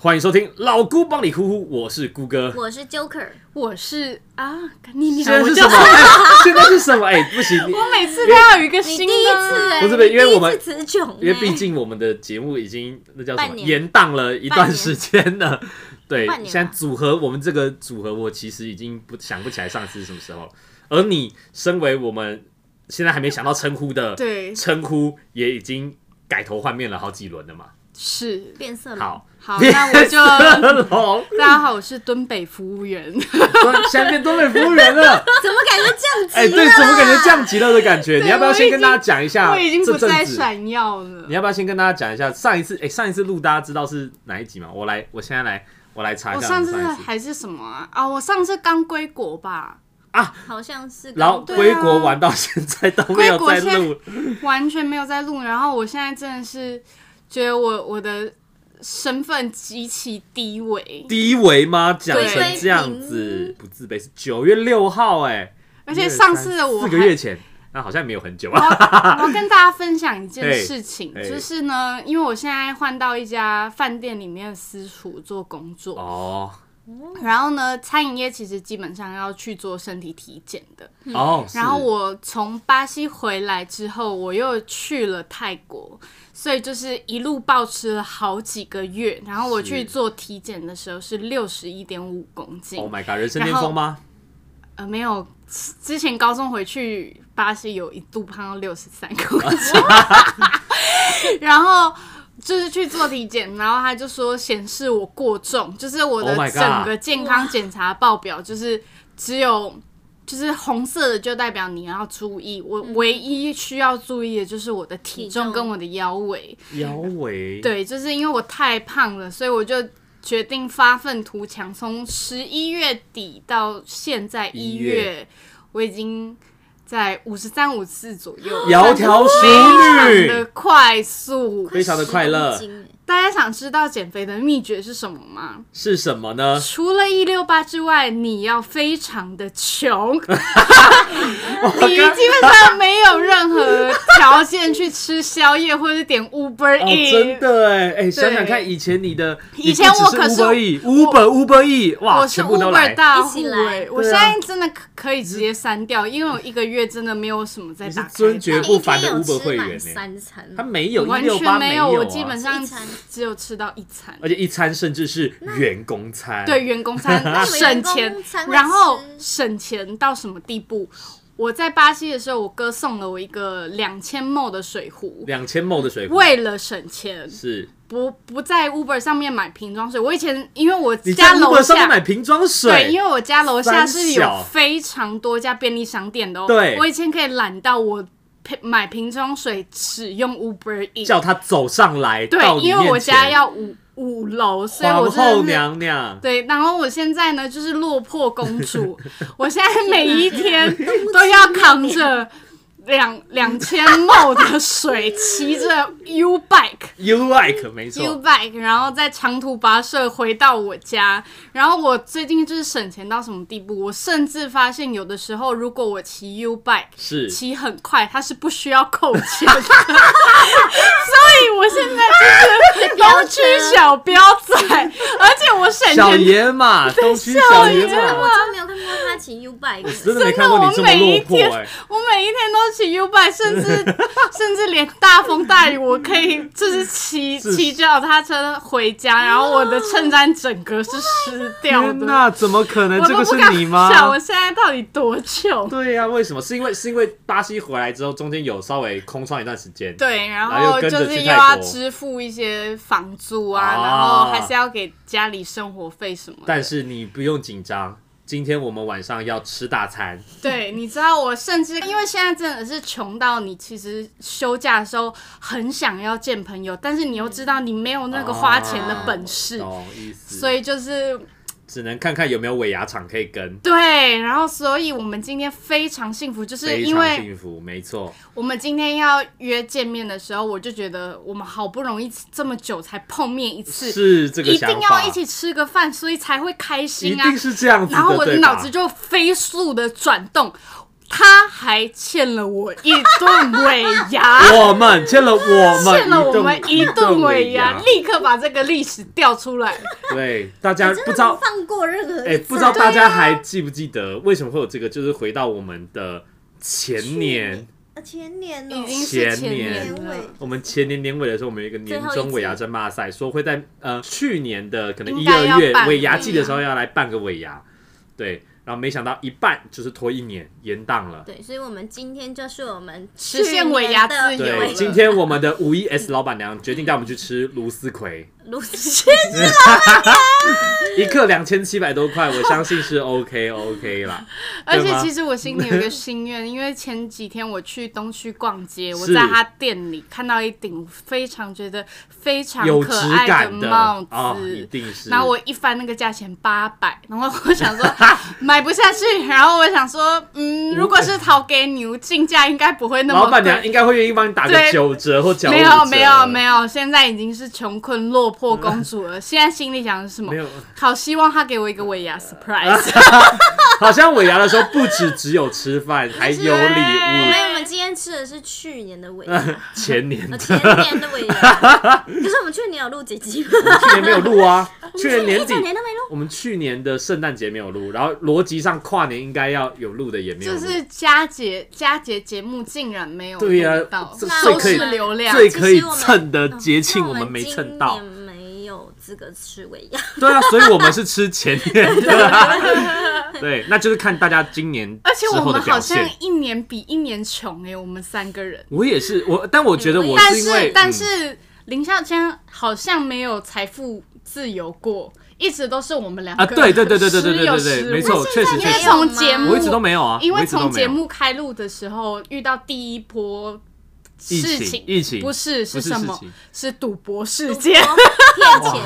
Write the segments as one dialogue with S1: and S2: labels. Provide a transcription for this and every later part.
S1: 欢迎收听老姑帮你呼呼，我是姑哥。
S2: 我是 Joker，
S3: 我是啊，你你
S1: 现在
S3: 我
S1: 是
S3: 就
S1: 什么？哎现在是什么？哎，不行，
S3: 我每次都要有一个
S2: 你
S3: 新
S2: 第
S3: 的，
S2: 一次哎、
S1: 不是
S2: 你
S1: 不是因为
S2: 第一
S1: 我们
S2: 次词穷、欸，
S1: 因为毕竟我们的节目已经那叫什么
S2: 半年
S1: 延宕了一段时间了。对，
S2: 半年了
S1: 现在组合我们这个组合，我其实已经不想不起来上次是什么时候了。而你身为我们现在还没想到称呼的，
S3: 对
S1: 称呼也已经改头换面了好几轮了嘛。
S3: 是
S2: 变色龙，
S1: 好，
S3: 好，那 我就大
S1: 龙，
S3: 家好，我是敦北服 务员，
S1: 现在变东北服务员了。
S2: 怎么感觉降级了？
S1: 哎、对，怎么感觉降级了的感 觉？你要不要先跟大家讲一下？
S3: 我已经
S1: 这
S3: 不
S1: 阵
S3: 再
S1: 啊子
S3: 闪耀了
S1: 你。要不要先跟大家讲一下上一次？哎、上一次录大家知道是哪一集吗？我来，我现在来，我来查一
S3: 我
S1: 下
S3: 上
S1: 们
S3: 次
S1: 一
S3: 还是什么啊？啊，我上次刚归国吧，
S2: 好像是
S1: 然后
S2: 刚
S1: 归
S3: 对啊
S1: 国玩到现在都没有
S3: 归国
S1: 再
S3: 现在
S1: 录，
S3: 完全没有在录。然后我现在真的是觉得我我的身份极其低微，
S1: 低维吗？讲
S3: 对
S1: 成这样子不自卑是九月六号哎、
S3: 而且上次的我
S1: 四
S3: 还
S1: 个月前，那好像没有很久
S3: 我
S1: 啊。
S3: 要我要跟大家分享一件事情，
S1: 嘿嘿
S3: 就是呢，因为我现在换到一家饭店里面的私厨做工作，
S1: 哦
S3: 然后呢，餐饮业其实基本上要去做身体体检的。
S1: 哦，是
S3: 嗯然后我从巴西回来之后，我又去了泰国，所以就是一路暴吃了好几个月。然后我
S1: 是
S3: 去做体检的时候是六十一点五公斤，
S1: ，Oh my god，人生巅峰吗？
S3: 呃，没有，之之前高中回去巴西有一度胖到六十三公斤， 然后就是去做体检，然后他就说显示我过重，就是我
S1: Oh my
S3: 的
S1: God
S3: 整个健康检查报表就是只有。就是红色的就代表你要注意，我唯一需要注意的就是我的体
S2: 嗯体
S3: 重
S2: 重
S3: 跟我的腰围。
S1: 腰围，
S3: 对，就是因为我太胖了，所以我就决定发愤图强。从十一月底到现在
S1: 一
S3: 一
S1: 月
S3: 月，我已经在五十三、五四左右，
S1: 窈窕淑
S3: 非常
S1: 女
S3: 的。快速。
S1: 非常的快乐
S2: 十公斤欸
S3: 大家想知道减肥的秘诀是什么吗？
S1: 是什么呢？
S3: 除了一六八之外，你要非常的 穷，你基本上没有任何条件去吃宵夜或者点 Uber
S1: 哦，
S3: Eats，、
S1: 真的哎哎，想想看，以前你的，
S3: 以前我可是
S1: 五百亿、五本、五百亿，哇，
S3: 我
S1: 啊
S3: 是
S1: 全部都来
S3: Uber，大
S2: 一
S3: 户
S2: 起
S3: 哎、
S2: 来
S3: 我
S1: 对
S3: 现
S1: 啊
S3: 在真的可可以直接删掉，因为我一个月真的没有什么在
S1: 你是
S3: 打开
S1: 尊爵
S3: 它
S1: 绝不凡的
S2: 那你一
S1: Uber 会
S2: 天有吃
S1: 员欸
S2: 满三餐
S1: 他
S2: 吗，
S1: 没有
S3: 完
S1: 一六八
S3: 全没
S1: 有啊，
S3: 我基本上
S2: 一餐
S3: 只有吃到一餐，
S1: 而且一餐甚至是员工餐，
S3: 对，员工 餐
S2: 你们员
S3: 省
S2: 工
S3: 钱
S2: 餐，会
S3: 然后
S2: 吃
S3: 省钱到什么地步？我在巴西的时候，我哥送了我一个两千 ml 的水壶，
S1: 两千亩的水壶
S3: 为了省钱，
S1: 是。
S3: 不不在 Uber 上面买瓶装水。我以前因为我
S1: 你
S3: 家
S1: 如
S3: 楼
S1: 果上面
S3: 下
S1: 买瓶装水，
S3: 对，因为我家楼下是
S1: 三小
S3: 有非常多家便利商店的哦。
S1: 对
S3: 我以前可以懒到我瓶买瓶装水只用 Uber E。
S1: 叫他走上来，到
S3: 对，
S1: 你
S3: 因为
S1: 面
S3: 我家
S1: 前
S3: 要五五楼，所以我
S1: 皇
S3: 真的
S1: 后
S3: 是
S1: 娘娘，
S3: 对，然后我现在呢就是落魄公主， 我现在每一天都要扛着两两千亩的水，骑着 U bike。
S1: ，You like 没
S3: U
S1: 错，
S3: bike，然后再长途跋涉回到我家。然后我最近就是省钱到什么地步，我甚至发现有的时候，如果我骑 U bike
S1: 是
S3: 骑很快，它是不需要扣 钱的。所以我现在就是
S2: 标
S3: 东区小标仔，而且我省
S1: 小
S3: 钱。
S1: 野马，东区小野
S3: 小野
S1: 马
S2: 我，真的没有看过他骑 U bike，
S1: 真的没看过你这么落魄哎、
S3: 我每一天都骑 U bike，甚 至甚至连大风大雨，我可以就是骑
S1: 是
S3: 骑脚踏车回家，然后我的衬衫整个是湿掉
S1: 天
S3: 的。
S1: 哪，怎么可能？
S3: 我
S1: 这
S3: 都
S1: 个
S3: 不
S1: 是
S3: 敢
S1: 你吗？
S3: 想我现在到底多穷？
S1: 对呀、为什么？是因为是因为巴西回来之后，中间有稍微空窗一段时间。
S3: 对，然
S1: 然后
S3: 后
S1: 又跟着
S3: 就
S1: 去
S3: 是又
S1: 泰
S3: 要
S1: 国
S3: 支付一些房租啊，
S1: 啊
S3: 然后还是要给家里生活费什么的。
S1: 但是你不用紧张，今天我们晚上要吃大餐，
S3: 对，你知道我甚至因为现在真的是穷到你其实休假的时候很想要见朋友，但是你又知道你没有那个花钱的本事，
S1: 啊懂意思？
S3: 所以就是
S1: 只能看看有没有尾牙厂可以跟。
S3: 对，然后所以我们今天非常幸福，就是
S1: 非
S3: 因
S1: 常
S3: 为
S1: 幸福，没错，
S3: 我们今天要约见面的时候，我就觉得我们好不容易这么久才碰面一次，
S1: 是这个
S3: 一
S1: 想法，
S3: 定要一起吃个饭，所以才会开
S1: 一
S3: 心啊
S1: 定。是这样子的。
S3: 然后我的
S1: 对吧
S3: 脑子就飞速的转动，他还欠了我一顿尾牙，
S1: 我们欠了 我们
S3: 欠了我们一顿尾
S1: 尾
S3: 牙，立刻把这个历史调出来。
S1: 对，大
S3: 哎
S1: 家
S2: 真
S1: 不
S2: 的
S1: 知道，
S2: 放过任何
S1: 哎、不知道大
S3: 啊
S1: 家还记不记得为什么会有这个？就是回到我们的前年，
S2: 啊前年
S3: 已
S2: 哦
S3: 经是
S1: 前
S3: 前
S1: 年
S3: 年了，
S1: 我们前年年尾的时候，我们有一个年
S2: 最后一
S1: 终
S2: 次
S1: 尾牙争霸赛，说会在呃去年的可能
S3: 应
S1: 一
S3: 该要
S1: 二月
S3: 办
S1: 尾牙季的时候要来办个尾牙，对，然后没想到一办就是拖一年，延档了。
S2: 对，所以我们今天就是我们
S3: 实现尾牙自由
S2: 有
S1: 对，
S3: 了
S1: 今天我们的五一 S 老板娘决定带我们去吃卢思 奎，
S2: 卢先生，
S1: 一克两千七百多块，我相信是 OK OK 啦。
S3: 而
S1: 对
S3: 且
S1: 吗
S3: 其实我心里有一个心愿，因为前几天我去东区逛街，我
S1: 是
S3: 在他店里看到一顶非常觉得非常
S1: 有质
S3: 可爱
S1: 感
S3: 帽子。
S1: 啊、一定是。
S3: 然后我一翻那个价钱八百，然后我想说买不下去，然后我想说，嗯，如果是淘给牛进价应该不会那么
S1: 老板娘
S3: 贵
S1: 应该会愿意帮你打个
S3: 对
S1: 九折或九五折。
S3: 没有没有没有，现在已经是穷困落魄公主了。现在心里想的是什么
S1: 嗯没？有，哎
S3: 好希望他给我一个尾 牙 surprise。
S1: 好像尾牙的时候不止只有吃 饭，还有
S2: 因
S1: 礼
S2: 为我们今天吃的是去年的尾牙，
S3: 哎
S1: 物。前年
S2: 呃
S1: 的，
S2: 前 年的尾牙，可是我们去年有录几集吗？
S1: 去年没有录 啊，去年
S2: 一
S1: 年底
S2: 整。年都没录。
S1: 我们去年的圣诞节没有录，然后逻辑上跨年应该要有录的也没有
S3: 就
S1: 录，
S3: 是佳节佳节节目竟然没有
S1: 对呀
S3: 录到
S1: 这
S2: 那
S3: 收
S2: 最
S3: 视
S2: 可以
S3: 流量，
S1: 最
S2: 其
S1: 可
S2: 实
S1: 以
S2: 我们
S1: 蹭的 节庆
S2: 那我
S1: 们没蹭到
S2: 今。年没有资格吃尾牙，
S1: 对啊，所以我们是吃前年 的，对，那就是看大家今年
S3: 而且
S1: 之
S3: 我
S1: 后的
S3: 们
S1: 表
S3: 好像
S1: 现。
S3: 一年比一年穷哎、我们三个人。
S1: 我也是，我但我觉得我
S3: 但
S1: 因为，嗯
S3: 是但是林孝谦好像没有财富自由过，一直都是我们两
S1: 啊，
S3: 个
S1: 对对对对对对
S3: 时
S1: 对
S3: 有
S1: 对
S3: 时
S1: 对，
S3: 无
S1: 没错，哦确实
S3: 因
S1: 确
S3: 为
S1: 实，
S3: 从节目
S1: 我一直都没有啊，
S3: 因
S1: 我
S3: 为
S1: 一直都
S3: 从
S1: 没
S3: 节
S1: 有。
S3: 目开录的时候遇到第一波
S1: 疫
S3: 事
S1: 情疫情
S3: 不是
S1: 不
S3: 是
S1: 是
S3: 什
S1: 事
S3: 么
S1: 情？
S3: 是赌博事件。
S2: 骗钱。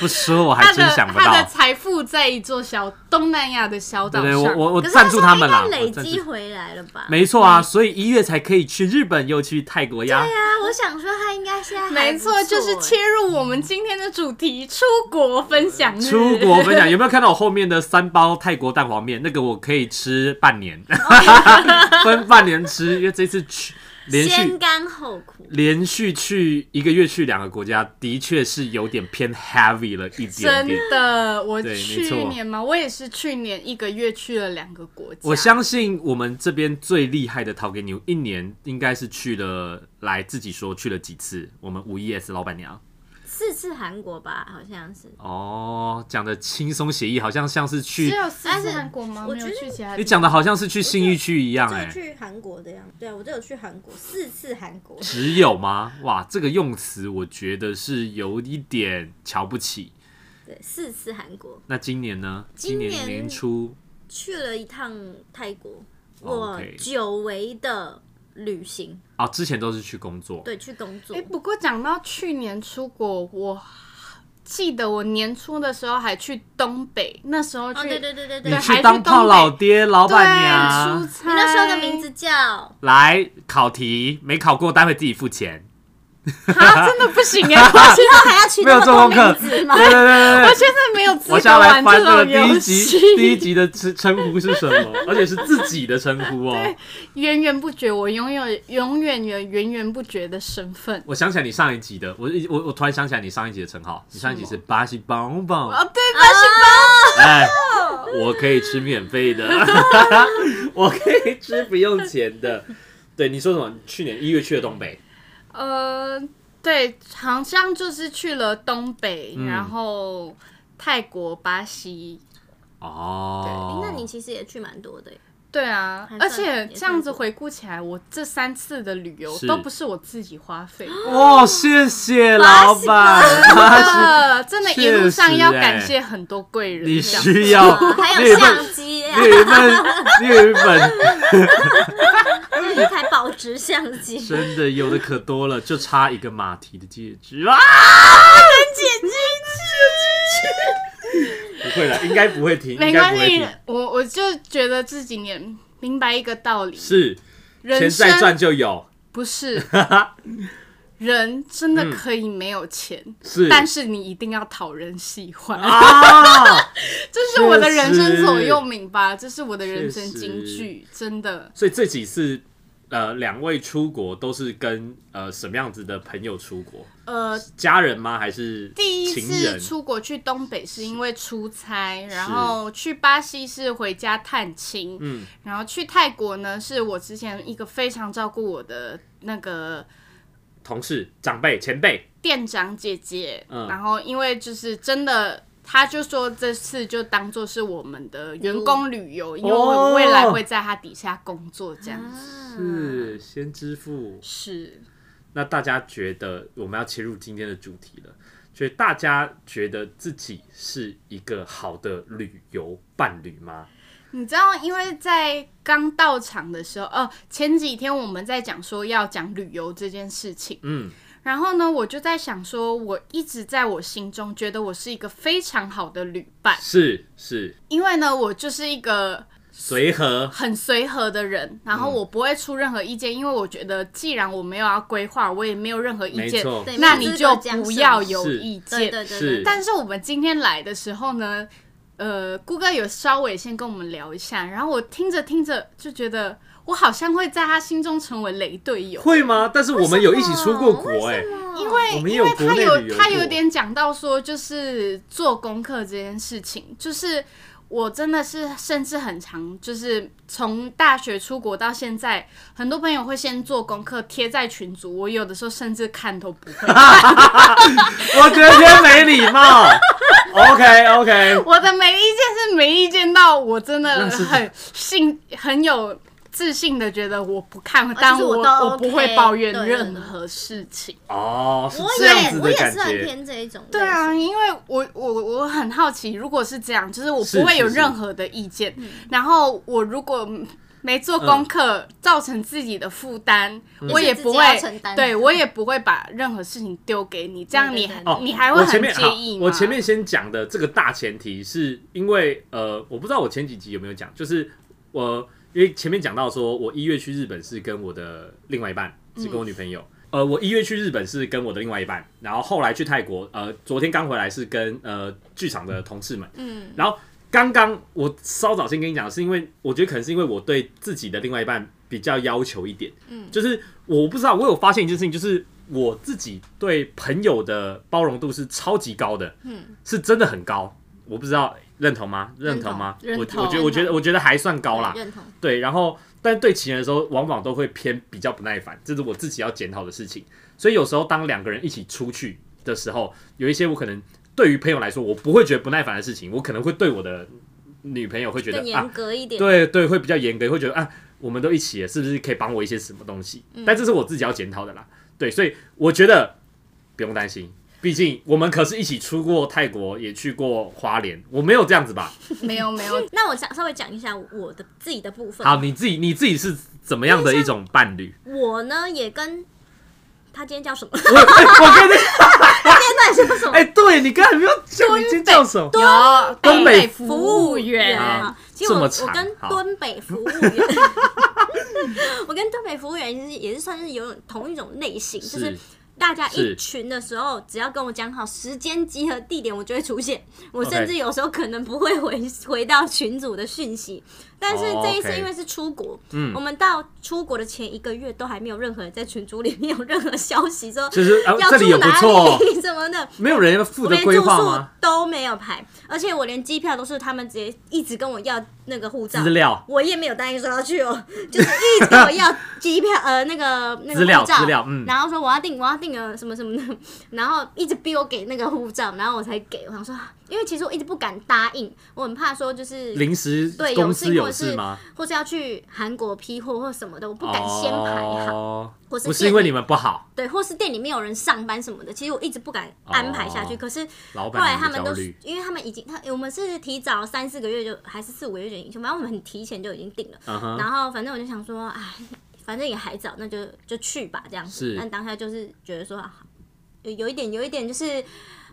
S1: 不说我 还
S3: 他
S1: 真
S3: 的
S1: 想不
S3: 他的
S1: 到。
S3: 财富在一座小东南亚的小岛
S1: 对
S3: 上。
S1: 对，我我我
S2: 可是
S1: 赞助他们啦，
S2: 那时候
S1: 我
S2: 应该
S1: 赞
S2: 累
S1: 助
S2: 积回来了吧？
S1: 没错啊，所以一月才可以去日本又去泰国呀。
S2: 对啊，我想说他应该现在还不
S3: 没错，哎就是
S2: 欸
S3: 切入我们今天的主题——出国分享日。
S1: 出国分享有没有看到我后面的三包泰国蛋黄面？那个我可以吃半年， 分半年吃，因为这次去连续
S2: 先甘后苦，
S1: 连续去一个月去两个国家，的确是有点偏 heavy 了一点
S3: 真
S1: 点。
S3: 的，我
S1: 对没
S3: 去
S1: 错
S3: 年嘛，我也是去年一个月去了两个国家。
S1: 我相信我们这边最厉害的陶给牛，一年应该是去了，来自己说去了几次。我们五一 S 老板娘
S2: 四次韩国吧，好像是。
S1: 哦，讲的轻松写意，好像像是去
S3: 只有四
S2: 但
S3: 次
S2: 是
S3: 啊韩国吗？
S2: 我
S3: 没有
S2: 觉得
S3: 去其他
S1: 你
S3: 地方。
S1: 讲的好像是去信义区一样、
S2: 只有
S1: 哎，
S2: 去韩国的样子，对啊，我只有去韩国四次韩国，
S1: 只有吗？哇，这个用词我觉得是有一点瞧不起。
S2: 对，四次韩国，
S1: 那今年呢？今
S2: 今年
S1: 年年初
S2: 去了一趟泰国，
S1: 哦
S2: 我
S1: ，OK
S2: 久违的旅行，
S1: 啊，之前都是去工作，
S2: 对，去工作
S3: 哎、，不过讲到去年出国，我记得我年初的时候还去东北，那时候去、
S2: 哦，对对对对
S1: 你
S2: 对，
S3: 还
S1: 去
S3: 去
S1: 当
S3: 东
S1: 炮
S3: 北
S1: 老爹、老板
S3: 对
S1: 娘
S3: 出。差。
S2: 你那时候的名字叫
S1: 来考题，没考过待会自己付钱。
S3: 啊，真的不行哎、我现
S2: 以后还要取
S1: 没有
S2: 那么
S1: 做
S2: 多
S1: 功课，
S2: 名
S1: 对
S2: 字
S1: 对
S2: 吗？
S1: 对对
S3: 我
S1: 对。
S3: 现在没有资
S1: 我
S3: 格
S1: 下来
S3: 玩
S1: 翻
S3: 这
S1: 这个
S3: 种
S1: 第
S3: 游
S1: 一
S3: 戏
S1: 集，，第一集的称称呼是什么？而且是自己的称呼哦。
S3: 源源不绝，我拥有永远有源源不绝的身份。
S1: 我想起来你上一集的，我一我我突然想起来你上一集的称号，你上一集是巴西棒棒。
S3: 哦，
S2: 啊
S3: 对，巴西
S1: 哎，我可以吃免费 的，我可以吃不用钱的。对，你说什么？你去年一月去的东北，
S3: 呃，对，好像就是去了东北，
S1: 嗯
S3: 然后泰国、巴西。
S1: 哦
S2: 诶，那你其实也去蛮多的耶，
S3: 对啊
S2: 还，
S3: 而
S2: 算
S3: 且
S2: 也
S3: 这
S2: 算
S3: 样子
S2: 多
S3: 回顾起来，我这三次的旅游
S1: 是
S3: 都不是我自己花费的，
S1: 哇，谢谢老板，啊
S3: 真的，一路上
S1: 确实
S3: 要
S1: 欸
S3: 感谢很很多贵人。
S1: 你
S3: 这样
S1: 需要
S2: 哇哦还
S1: 日
S2: 有
S1: 本
S2: 相机啊，
S1: 日本日本，
S2: 还有一台保值相机，啊
S1: 真的有的可多了，就差一个马蹄的戒指啊！不会了，应该不会停，
S3: 没
S1: 应该
S3: 关
S1: 不会
S3: 系
S1: 停。，
S3: 我我就觉得这几年明白一个道理，
S1: 是，
S3: 人
S1: 钱再
S3: 生
S1: 赚就有，
S3: 不是人真的可以没有钱，
S1: 嗯是，
S3: 但是你一定要讨人喜欢。
S1: 啊，
S3: 这是我的人
S1: 确
S3: 生
S1: 实
S3: 座右铭吧，这是我的人生
S1: 确实
S3: 金句，真的。
S1: 所以这几次呃，两位出国都是跟呃什么样子的朋友出国？
S3: 呃，
S1: 家人吗？还是
S3: 第一
S1: 情
S3: 次
S1: 人？
S3: 出国去东北是因为出差，然后去巴西是回家探亲，
S1: 嗯，
S3: 然后去泰国呢是我之前一个非常照顾我的那个
S1: 同事、长辈、前辈，
S3: 店长姐姐，
S1: 嗯
S3: 然后因为就是真的。她就说这次就当做是我们的
S1: 哦
S3: 员工旅游，因为我未来会在她底下工作这样
S1: 哦
S3: 子。
S2: 啊
S3: 嗯
S1: 是先支付。
S3: 是，
S1: 那大家觉得我们要切入今天的主题了，所以大家觉得自己是一个好的旅游伴侣吗？
S3: 你知道，因为在刚到场的时候，哦，前几天我们在讲说要讲旅游这件事情，
S1: 嗯，
S3: 然后呢，我就在想说，我一直在我心中觉得我是一个非常好的旅伴，
S1: 是是，
S3: 因为呢，我就是一个
S1: 随和，
S3: 很随和的人，然后我不会出任何意见，因为我觉得既然我没有要规划，我也没有任何意
S1: 没
S3: 见，
S1: 错，
S2: 对
S3: 那
S2: 没
S3: 你
S2: 资
S3: 就
S2: 格讲
S3: 不
S2: 什
S3: 要
S2: 么
S3: 有
S1: 是
S3: 意见。
S2: 对对对对，
S1: 是
S3: 但是我们今天来的时候呢，呃，顾哥有稍微先跟我们聊一下，然后我听着听着就觉得我好像会在他心中成为雷队友，
S1: 会吗？但是我们有一起出过
S2: 哦为
S1: 国、
S2: 什
S1: 哎，
S2: 么
S3: 因为
S1: 我们也
S3: 因
S1: 有
S3: 为
S1: 国
S3: 他
S1: 内旅
S3: 有
S1: 游
S3: 他
S1: 过
S3: 有点讲到说，就是做功课这件事情，就是我真的是甚至很长，就是从大学出国到现在，很多朋友会先做功课贴在群组，我有的时候甚至看都不会，
S1: 我觉得今天没礼貌。OK OK，
S3: 我的每一件是没意见到，我真的
S1: 那是
S3: 很信很有。自信的觉得我不看，但
S2: 就是
S3: 啊我
S2: 我都
S3: 不会
S2: OK，
S3: 抱怨
S2: 对
S3: 任
S2: 对
S3: 何事情。
S1: 哦，是
S2: 我
S1: 这样
S2: 也
S1: 子
S2: 我
S1: 的
S2: 也
S1: 感
S2: 是很
S1: 觉，
S2: 偏这一种类型，
S3: 对啊，因为我我我很好奇，如果是这样，就是我
S1: 是
S3: 不会有
S1: 是
S3: 任何的意见，然后我如果没做功课，造成自己的负担，
S1: 嗯
S3: 我也
S2: 就是自
S3: 不
S2: 己
S3: 会
S2: 要承担
S3: 对我也不会把任何事情丢给你，这样
S2: 对
S3: 你
S2: 对
S1: 哦，
S3: 你还会
S1: 我前
S3: 很
S1: 面
S3: 介
S1: 好
S3: 意吗？
S1: 我前面先讲的这个大前提是因为呃，我不知道我前几集有没有讲，就是我因为前面讲到说我一月去日本是跟我的另外一半，是跟我女朋
S3: 嗯
S1: 友。呃，我一月去日本是跟我的另外一半，然后后来去泰国，呃，昨天刚回来是跟呃剧场的同事们，
S2: 嗯，
S1: 然后刚刚我稍早先跟你讲，是因为我觉得可能是因为我对自己的另外一半比较要求一点，
S2: 嗯
S1: 就是我不知道，我有发现一件事情，就是我自己对朋友的包容度是超级高的，
S2: 嗯，
S1: 是真的很高，我不知道认同吗？认
S2: 认同
S1: 同吗？
S3: 认
S1: 我
S3: 同
S1: 我觉得我觉得我觉得还算高啦，
S2: 认同，
S1: 对，然后但对情人的时候，往往都会偏比较不耐烦，这是我自己要检讨的事情。所以有时候当两个人一起出去的时候，有一些我可能对于朋友来说，我不会觉得不耐烦的事情，我可能会对我的女朋友会觉得
S2: 更
S1: 啊
S2: 严，格一点，
S1: 对对，会比较严格，会觉得啊，我们都一起了，是不是可以帮我一些什么东西？
S2: 嗯
S1: 但这是我自己要检讨的啦。对，所以我觉得不用担心。毕竟我们可是一起出过泰国，也去过花莲，我没有这样子吧？
S3: 没有没有，
S2: 那我想稍微讲一下我的自己的部分。
S1: 好，你自己你自己是怎么样的一种伴侣？
S2: 我呢也跟他今天叫什么？
S1: 我哎我跟你
S2: 他今天到底是叫什么？
S1: 哎，对你刚才没有讲你今天叫什么？
S3: 有
S1: 东北
S3: 服务员
S1: 啊
S2: 其实我
S1: 这么长
S2: 我跟
S1: 好
S2: 敦北服 务员，我跟敦北服务员其实也是算是有同一种类型，就是大家
S1: 是
S2: 一群的时候，只要跟我讲好时间、集合地点，我就会出现。我
S1: OK
S2: 甚至有时候可能不会回回到群组的讯息，但是
S1: 哦
S2: 这一次
S1: OK
S2: 因为是出国，
S1: 嗯
S2: 我们到出国的前一个月都还没有任何人在群组里面有任何消息说
S1: 就是啊
S2: 要，
S1: 这
S2: 住
S1: 里有不
S2: 哪
S1: 错，
S2: 里 什么的，
S1: 没有人负
S2: 我
S1: 责
S2: 连
S1: 规
S2: 住
S1: 划
S2: 宿
S1: 吗？
S2: 都没有排，而且我连机票都是他们直接一直跟我要那个护照
S1: 资。料、
S2: 我也没有答应说要去哦， 就是一直跟我要机票，呃，那个那个
S1: 资料
S2: 护照
S1: 资料嗯
S2: 然后说我要订我要订呃什么什么的， 然后一直逼我给那个护照，然后我才给。我想说，因为其实我一直不敢答应，我很怕说就是
S1: 临时
S2: 对有
S1: 公司
S2: 事或
S1: 有
S2: 者
S1: 事
S2: 是
S1: 吗？
S2: 或是要去韩国批货或什么的，我不敢先排好，
S1: 好
S2: 或是
S1: 哦不是
S2: 店
S1: 因为
S2: 里
S1: 你们不好，
S2: 对，或是店里面有人上班什么的，其实我一直不敢安排下去。
S1: 哦
S2: 可是
S1: 老
S2: 后来
S1: 板
S2: 他
S1: 娘的
S2: 们
S1: 焦
S2: 都
S1: 虑，
S2: 因为他们已经他我们是提早三四个月就还是四五个月就已经，反正我们很提前就已经定了。
S1: 嗯哼，
S2: 然后反正我就想说，哎，反正也还早，那就就去吧这样子
S1: 是。
S2: 但当下就是觉得说，啊有有一点有一点就是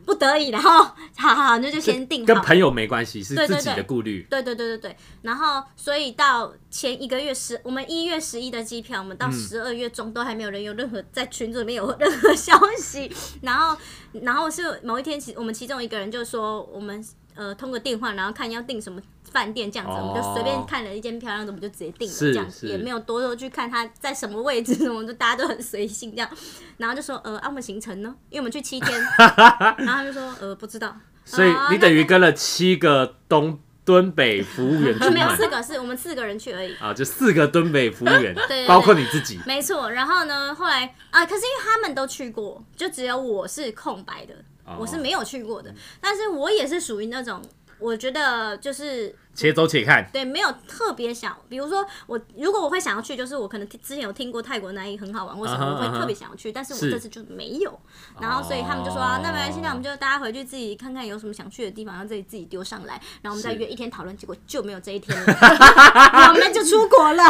S2: 不得已，然后 好好好，那就先定
S1: 跟
S2: 好。
S1: 朋友没关系，是
S2: 对对
S1: 自己的
S2: 对
S1: 顾虑。
S2: 对对对对对，然后所以到前一个月十，我们一月十一的机票，我们
S1: 嗯
S2: 到十二月中都还没有人有任何在群组里面有任何消息。 然后，然后是某一天，其我们其中一个人就说，我们呃通个电话，然后看要订什么饭店这样子，
S1: 哦
S2: 我们就随便看了一间漂亮的，我们就直接订了
S1: 是
S2: 这样，
S1: 是
S2: 也没有多多去看它在什么位置什么，就大家都很随性这 样。然后就说，呃，啊，我们行程呢？因为我们去七天，然后他就说，呃，不知道。
S1: 所以
S2: 啊
S1: 你
S2: 那
S1: 等于
S2: 那
S1: 跟了七个东敦北服务员出
S2: 没有
S1: 门
S2: 四个是我们四个人去而已。
S1: 啊，就四个敦北服务员
S2: 对，
S1: 包括你自己。
S2: 没错，然后呢，后来啊、可是因为他们都去过，就只有我是空白的，
S1: 哦
S2: 我是没有去过的。但是我也是属于那种，我觉得就是
S1: 且走且看，
S2: 对，没有特别想，比如说我如果我会想要去，就是我可能之前有听过泰国那里很好玩，或什
S1: 啊
S2: 么
S1: 哈
S2: 我会
S1: 啊哈
S2: 特别想要去，但是我
S1: 是哦
S2: 这次就没有。然后所以他们就说、啊，那没关系，那我们就大家回去自己看看有什么想去的地方，然后自己自己丢上来，然后我们再
S1: 是
S2: 约一天讨论。结果就没有这一 天
S3: 啊
S2: 了，我们就出国了。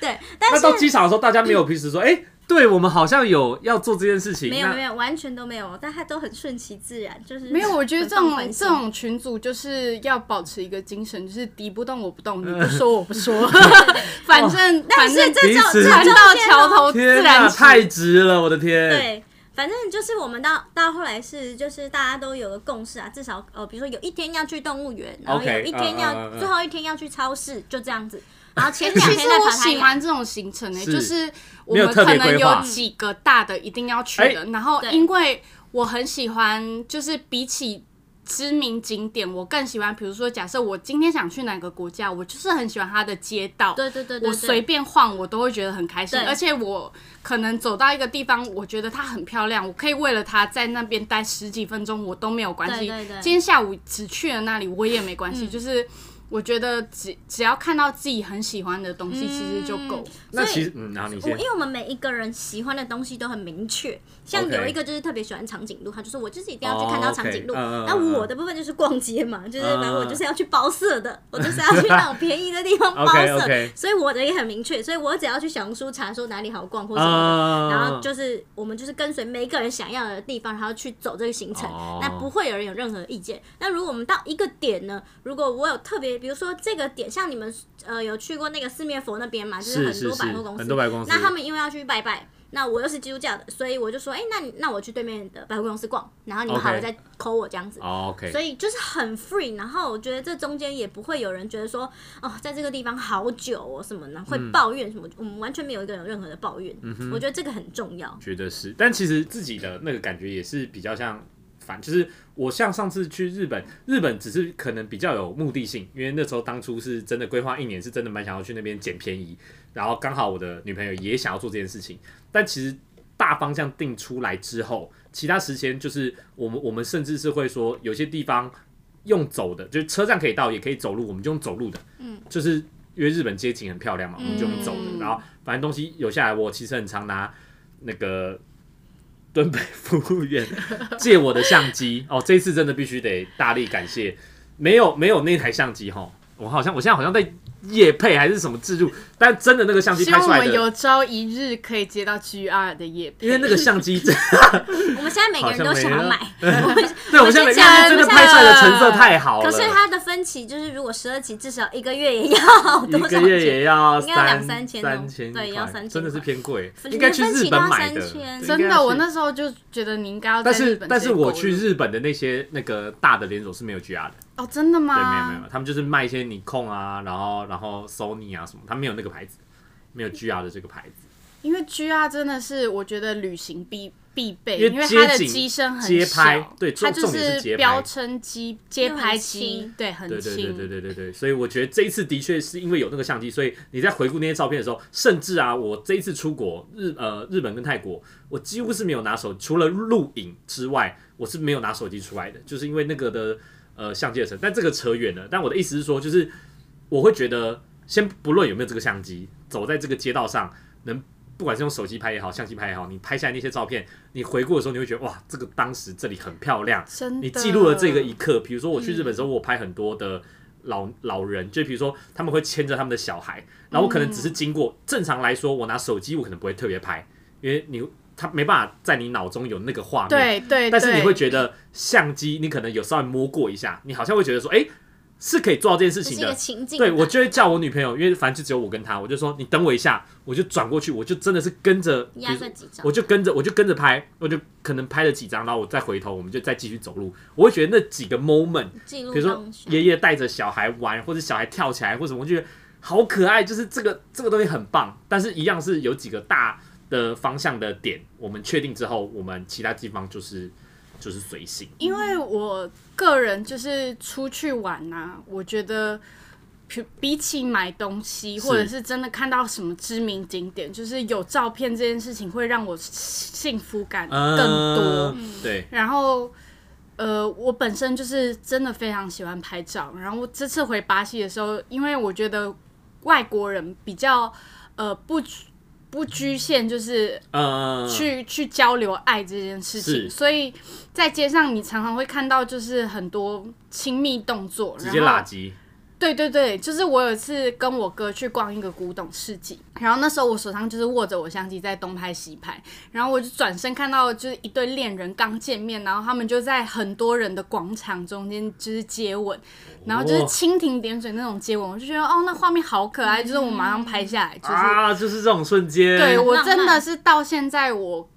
S2: 对，但
S1: 那
S2: 是
S1: 到机场的时候，大家没有平时说，哎、对我们好像有要做这件事情。
S2: 没有
S1: 那
S2: 没有，完全都没有，但他都很顺其自然，就是
S3: 没有，我觉得
S2: 很
S3: 这
S2: 放
S3: 种
S2: 宽心
S3: 这种群组就是要保持一个精神，就是敌不动我不动，你不说我不说， 反正
S2: 但
S3: 反
S2: 是
S3: 正
S2: 这
S1: 彼
S2: 种
S1: 此
S2: 这
S3: 船
S2: 种
S3: 到
S2: 片
S3: 桥
S2: 哦
S3: 头自
S1: 天哪，
S3: 然
S1: 太
S3: 直。
S1: 值了，我的天！，
S2: 对，反正就是我们到到后来是就是大家都有个共识啊，至少呃，比如说有一天要去动物园，然后
S1: OK，
S2: 有一天要
S1: 嗯嗯嗯嗯
S2: 最后一天要去超市，就这样子。然后 前
S3: 哎其
S2: 两天
S3: 实
S2: 再
S3: 我
S2: 把它
S3: 喜
S2: 养。
S3: 欢这种行程呢、
S1: 是
S3: 就是我
S1: 没有
S3: 们
S1: 特
S3: 可
S1: 别
S3: 能
S1: 规划
S3: 有几个大的一定要去的，然后
S2: 对
S3: 因为我很喜欢，就是比起。知名景点，我更喜欢，比如说，假设我今天想去哪个国家，我就是很喜欢它的街道，
S2: 对对对对
S3: 我随
S2: 对，
S3: 便晃，我都会觉得很开心。
S2: 对
S3: 而且我可能走到一个地方，我觉得它很漂亮，我可以为了它在那边待十几分钟，我都没有关系。
S2: 对对嗯对
S3: 今天下午只去了那里，我也没关系。就是我觉得只只要看到自己很喜欢的东西，其实就够。
S1: 那
S2: 所以
S1: 其实，嗯，然后你
S2: 我
S1: 先
S2: 因，为我们每一个人喜欢的东西都很明确，像
S1: OK
S2: 有一个就是特别喜欢长颈鹿，他就是我就是一定要去看
S1: 哦
S2: 到
S1: ，OK，
S2: 长颈鹿。
S1: 嗯嗯嗯
S2: 那我的部分就是逛街嘛，就是
S1: 嗯嗯
S2: 反正我就是要去包色的，我就是要去 那种便宜的地方包
S1: OK，OK
S2: 色，所以我的也很明确，所以我只要去小红书查说哪里好逛或什么的。
S1: 啊
S2: 然后就是我们就是跟随每一个人想要的地方，然后去走这个行程，
S1: 哦
S2: 那不会有人有任何意见。那如果我们到一个点呢，如果我有特别，比如说这个点，像你们呃有去过那个四面佛那边嘛，就是很
S1: 是
S2: 多
S1: 是，
S2: 百货公司，
S1: 很多百货公司，
S2: 那他们因为要去拜拜，那我又是基督教的，所以我就说，哎、那你那我去对面的百货公司逛，然后你们
S1: OK
S2: 好了再 call 我这样子。
S1: 哦，OK，
S2: 所以就是很 free，然后我觉得这中间也不会有人觉得说，哦，在这个地方好久哦什么的，会
S1: 嗯
S2: 抱怨什么，我们完全没有一个人有任何的抱怨，我觉得这个很重要。
S1: 觉得是，但其实自己的那个感觉也是比较像反，就是我像上次去日本，日本只是可能比较有目的性，因为那时候当初是真的规划一年，是真的蛮想要去那边捡便宜，然后刚好我的女朋友也想要做这件事情，但其实大方向定出来之后，其他时间就是我们我们甚至是会说有些地方用走的，就是车站可以到，也可以走路，我们就用走路的，嗯，就是因为日本街景很漂亮嘛，我们就用走的，
S3: 嗯
S1: 然后反正东西有下来，我其实很常拿那个。 敦北服务员借我的相机哦，这一次真的必须得大力感谢，没有没有那台相机哈，我好像我现在好像在夜配还是什么制度，但真的那个相机
S3: 希
S1: 拍
S3: 望
S1: 出
S3: 我
S1: 来
S3: 们
S1: 的，
S3: 有朝一日可以接到 GR 的夜配，
S1: 因为那个相机 真
S2: 我们现在每个人都想要买，
S1: 对，我们现在每个
S2: 我
S1: 人
S2: 们
S1: 真的
S2: 就
S1: 拍出来的成色
S3: 讲
S1: 太好了，
S2: 可是它的分歧就是，如果十二期至少一个月也要多
S1: 一
S2: 少
S1: 个月
S2: 钱？
S1: 也要
S2: 应该要两
S1: 三
S2: 三千哦
S1: 三千
S2: 对
S1: 块
S2: 要三千
S1: 真的是
S2: 块
S1: 偏贵，
S2: 分
S1: 应该去日本买的
S2: 分期都要三，千
S1: 对
S3: 真的，我。
S1: 应该要去
S3: 那时候就觉得你应该要在
S1: 但
S3: 日
S1: 是
S3: 本
S1: 但是我
S3: 直
S1: 去
S3: 接购入
S1: 日本的那些那个大的连锁是没有 GR 的，
S3: 哦，真的
S1: 对，
S3: 吗？
S1: 没有没有，他们就是卖一些尼控啊，然后然后 Sony 啊什么，他没有那个牌子，没有 GR 的这个牌子。
S3: 因为 GR 真的是我觉得旅行必必备，
S1: 因为
S3: 因为它的
S1: 街景
S3: 机身很
S1: 街
S3: 小
S1: 拍对重
S3: 它就
S1: 重点是街拍
S3: 标称机街
S2: 又很
S3: 拍机
S2: 轻，
S3: 对，很
S1: 对对对
S3: 轻，
S1: 对对对对，所以我觉得这一次的确是因为有那个相机，所以你在回顾那些照片的时候，甚至啊，我这一次出国日呃日本跟泰国，我几乎是没有拿手，除了录影之外，我是没有拿手机出来的，就是因为那个的呃相机的成，但这个扯远了。但我的意思是说，就是我会觉得，先不论有没有这个相机，走在这个街道上，能不管是用手机拍也好，相机拍也好，你拍下来那些照片，你回顾的时候，你会觉得哇，这个当时这里很漂亮，
S3: 真的。
S1: 你记录了这个一刻，比如说我去日本的时候，我拍很多的老、老人，就比如说他们会牵着他们的小孩，然后我可能只是经过。正常来说，我拿手机我可能不会特别拍，因为你它没办法在你脑中有那个画面，
S3: 对对，
S1: 但是你
S3: 对
S1: 会觉得相机，你可能有稍微摸过一下，你好像会觉得说，哎、是可以做到这件事
S2: 这是
S1: 情
S2: 一个
S1: 的。
S2: 情境吧。啊
S1: 对，我就会叫我女朋友，因为反正就只有我跟她，我就说你等我一下，我就转过去，我就真的是跟着，比
S2: 压
S1: 如说
S2: 个几张
S1: 我，就跟着，我就跟着拍，我就可能拍了几张，然后我再回头，我们就再继续走路。我会觉得那几个 moment，
S2: 记录
S1: 比如说
S2: 当下
S1: 爷爷带着小孩玩，或者小孩跳起来或什么，我就觉得好可爱，就是这个这个东西很棒。但是一样是有几个大的方向的点，我们确定之后，我们其他地方就是就是随性。
S3: 因为我个人就是出去玩呐、我觉得比比起买东西，
S1: 是
S3: 或者是真的看到什么知名景点，就是有照片这件事情会让我幸福感
S1: 啊
S3: 更多。
S1: 嗯对，
S3: 然后，呃，我本身就是真的非常喜欢拍照。然后这次回巴西的时候，因为我觉得外国人比较呃不拘不局限，就是
S1: 呃，
S3: 去、去交流爱这件事情，
S1: 是
S3: 所以在街上你常常会看到就是很多亲密动作，
S1: 直接
S3: 然后
S1: 垃圾，
S3: 对对对，就是我有一次跟我哥去逛一个古董市集，然后那时候我手上就是握着我相机在东拍西拍，然后我就转身看到就是一对恋人刚见面，然后他们就在很多人的广场中间就是接吻，然后就是
S1: 哦
S3: 蜻蜓点水那种接吻，我就觉得哦那画面好可爱，就是我马上拍下来，就是、
S1: 啊，就是这种瞬间，
S3: 对我
S2: 浪
S3: 真的
S2: 漫
S3: 是到现在我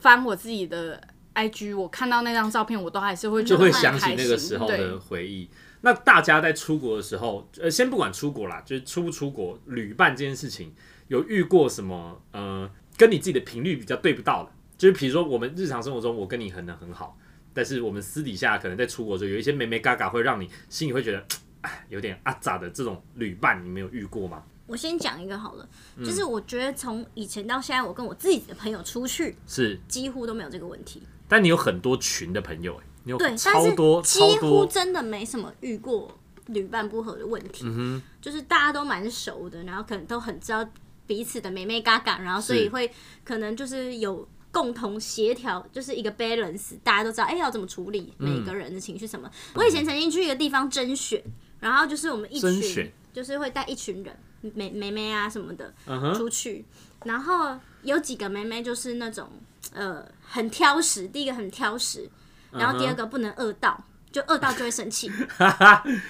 S3: 翻我自己的 IG，我看到那张照片我都还是会觉
S1: 就
S3: 得
S1: 会
S3: 很
S1: 想
S3: 开
S1: 起那个
S3: 心
S1: 时候
S3: 对
S1: 的回忆。那大家在出国的时候，呃，先不管出国啦，就是出不出国旅伴这件事情，有遇过什么呃，跟你自己的频率比较对不到的？就是比如说我们日常生活中，我跟你很很好，但是我们私底下可能在出国的时候，有一些美美嘎嘎会让你心里会觉得，哎，有点阿杂的这种旅伴，你没有遇过吗？
S2: 我先讲一个好了，就是我觉得从以前到现在，我跟我自己的朋友出去，
S1: 是，
S2: 几乎都没有这个问题。
S1: 但你有很多群的朋友、哎，你有
S2: 对，但
S1: 超
S2: 是
S1: 多超
S2: 几乎
S1: 多，
S2: 真的没什么遇过旅伴不合的问题，
S1: 嗯
S2: 就是大家都蛮熟的，然后可能都很知道彼此的美美嘎嘎，然后所
S1: 是
S2: 以会可能就是有。共同协调就是一个 balance，大家都知道，哎、要怎么处理每个人的情绪什么、
S1: 嗯
S2: 我以前曾经去一个地方甄选，然后就是我们一
S1: 甄选
S2: 群，就是会带一群人，妹妹妹啊什么的，
S1: 哼，嗯哼，
S2: 出去，然后有几个妹妹就是那种呃很挑食，第一个很挑食，
S1: 嗯
S2: 然后第二个不能饿到，就饿到就会 生气。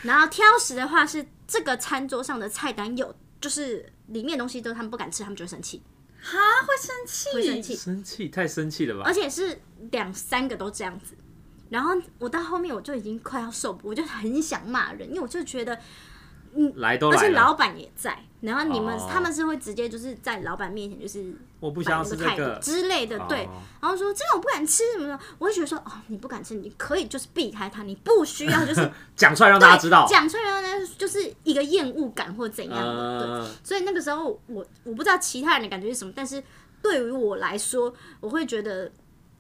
S2: 然后挑食的话是这个餐桌上的菜单有，就是里面的东西都他们不敢吃，他们就会生气，
S3: 哈会生气，
S2: 会生气。
S1: 生气太生气了吧
S2: 而？且是两三个都这样子。然后我到后面我就已经快要受不，我就很想骂人，因为我就觉得，
S1: 来都
S2: 而
S1: 来
S2: 且
S1: 了
S2: 老。板也在，然后你们、
S1: 哦
S2: 他们是会直接就是在老板面前就是
S1: 我不
S2: 不
S1: 想要吃这个，
S2: 之类的，对。
S1: 哦
S2: 然后说这个我不敢吃什么的，我会觉得说哦，你不敢吃，你可以就是避开它，你不需要就是
S1: 讲出来让
S2: 对
S1: 大家知道。
S2: 讲出来让大家就是一个厌恶感或怎样的。对，
S1: 呃，
S2: 所以那个时候我我不知道其他人的感觉是什么，但是对于我来说，我会觉得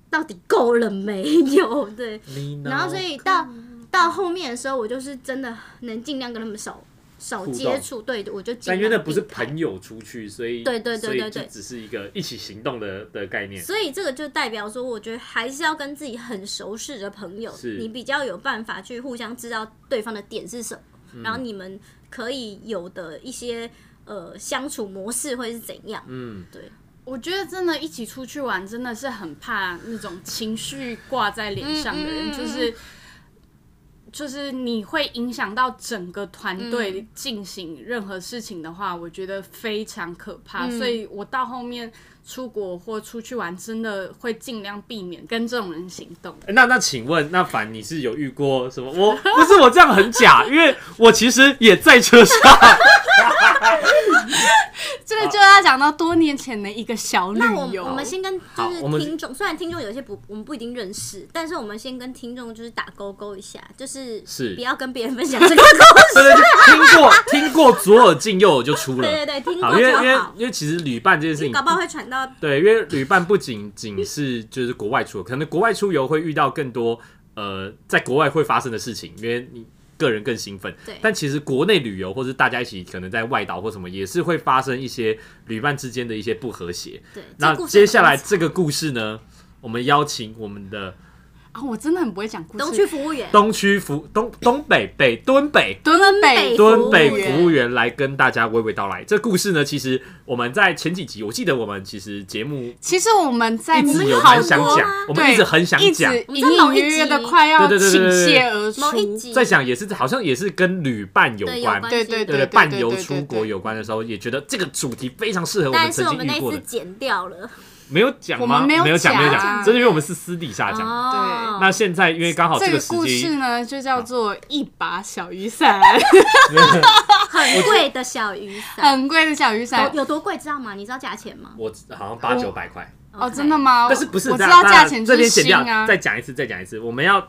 S2: 到底够了没有？对，
S1: 你
S2: 然后所以到到后面的时候，我就是真的能尽量跟他们少少
S1: 互
S2: 接
S1: 动
S2: 触，对我就尽
S1: 但
S2: 量
S1: 因为那不是
S2: 避开
S1: 朋友出去，所以
S2: 对对对
S1: 所以
S2: 对对
S1: 就只是一个一起行动的的概念。
S2: 所以这个就代表说，我觉得还是要跟自己很熟识的朋友
S1: 是，
S2: 你比较有办法去互相知道对方的点是什么，
S1: 嗯
S2: 然后你们可以有的一些呃相处模式会是怎样？
S1: 嗯，
S2: 对，
S3: 我觉得真的一起出去玩，真的是很怕那种情绪挂在脸上的
S2: 嗯
S3: 人，
S2: 嗯嗯嗯
S3: 就是就是你会影响到整个团队进行任何事情的话，我觉得非常可怕。所以我到后面出国或出去玩，真的会尽量避免跟这种人行动。
S1: 诶那那请问，那凡你是有遇过什么？我不是我这样很假， 因为我其实也在车 上。
S3: 这个就要讲到多年前的一个小旅
S2: 那我
S3: 游。
S2: 我们先跟
S1: 好
S2: 就
S1: 我
S2: 是
S1: 们
S2: 听众，虽然听众有些不我们不一定认识，但是我们先跟听众就是打勾勾一下，就是
S1: 是
S2: 不要跟别人分享这个 故
S1: 对
S2: 事。
S1: 对对，听过听过左耳进右耳就出了。
S2: 对对对，听过
S1: 好，因为因
S2: 就
S1: 为
S2: 好，
S1: 因为其实旅伴这件事情
S2: 搞不好会传到
S1: 对，因为旅伴不仅仅是就是国外出游，可能国外出游会遇到更多呃在国外会发生的事情，因为你个人更兴奋。
S2: 对
S1: 但其实国内旅游或是大家一起可能在外岛或什么，也是会发生一些旅伴之间的一些不和谐。
S2: 对。这
S1: 那
S2: 故事
S1: 接下来
S2: 很精彩
S1: 这个故事呢，我们邀请我们的
S3: 啊，我真的很不会讲故事。
S2: 东区服务员，
S1: 东区服东东北北敦北
S3: 敦
S2: 北
S3: 北
S1: 敦
S2: 服务
S1: 北
S2: 员
S1: 服务员来跟大家娓娓道来。这故事呢，其实我们在前几集，我记得我们其实节目
S3: 其实我哎们在
S1: 一直有
S3: 好
S1: 蛮想
S3: 多
S1: 讲
S2: 啊，
S1: 我们一直很想
S3: 一
S1: 讲
S3: 直，
S2: 我
S3: 隐
S2: 们在某
S3: 隐
S2: 一
S3: 约约的
S2: 集
S3: 快要
S1: 对
S3: 倾
S1: 对对对对
S3: 泻而出。
S2: 某一集
S1: 在想也是好像也是跟旅伴有
S2: 对有
S1: 关，
S2: 关
S3: 对
S2: 对
S3: 对
S1: 对
S3: 对，
S1: 伴
S3: 对
S1: 游
S3: 对对
S1: 出
S3: 对
S1: 国有关的时候，也觉得这个主题非常适合我们
S2: 但是
S1: 曾
S2: 我
S1: 经
S2: 们那
S1: 遇过
S2: 一次
S1: 的。
S2: 剪掉了。
S1: 没有讲
S3: 我
S1: 吗？
S3: 们没有
S1: 有讲，没有
S3: 讲啊
S1: 讲，啊这是因为我们是私底下讲。
S2: 哦
S1: 那现在因为刚好
S3: 这
S1: 个
S3: 个
S1: 时
S3: 故事
S1: 机，
S3: 呢，就叫做一把小雨伞，
S2: 很贵的小雨伞，
S3: 很贵的小雨伞
S2: 有。有多贵知道吗？你知道价钱吗？
S1: 我好像八九百块，
S3: 哦，真的吗？
S1: 但是不是
S3: 我
S1: 这
S3: 知
S1: 样
S3: 道
S1: 那
S3: 价钱
S1: 这
S3: 就
S1: 边
S3: 是
S1: 剪
S3: 新
S1: 掉，
S3: 啊，
S1: 再讲一次，再讲一次，我们要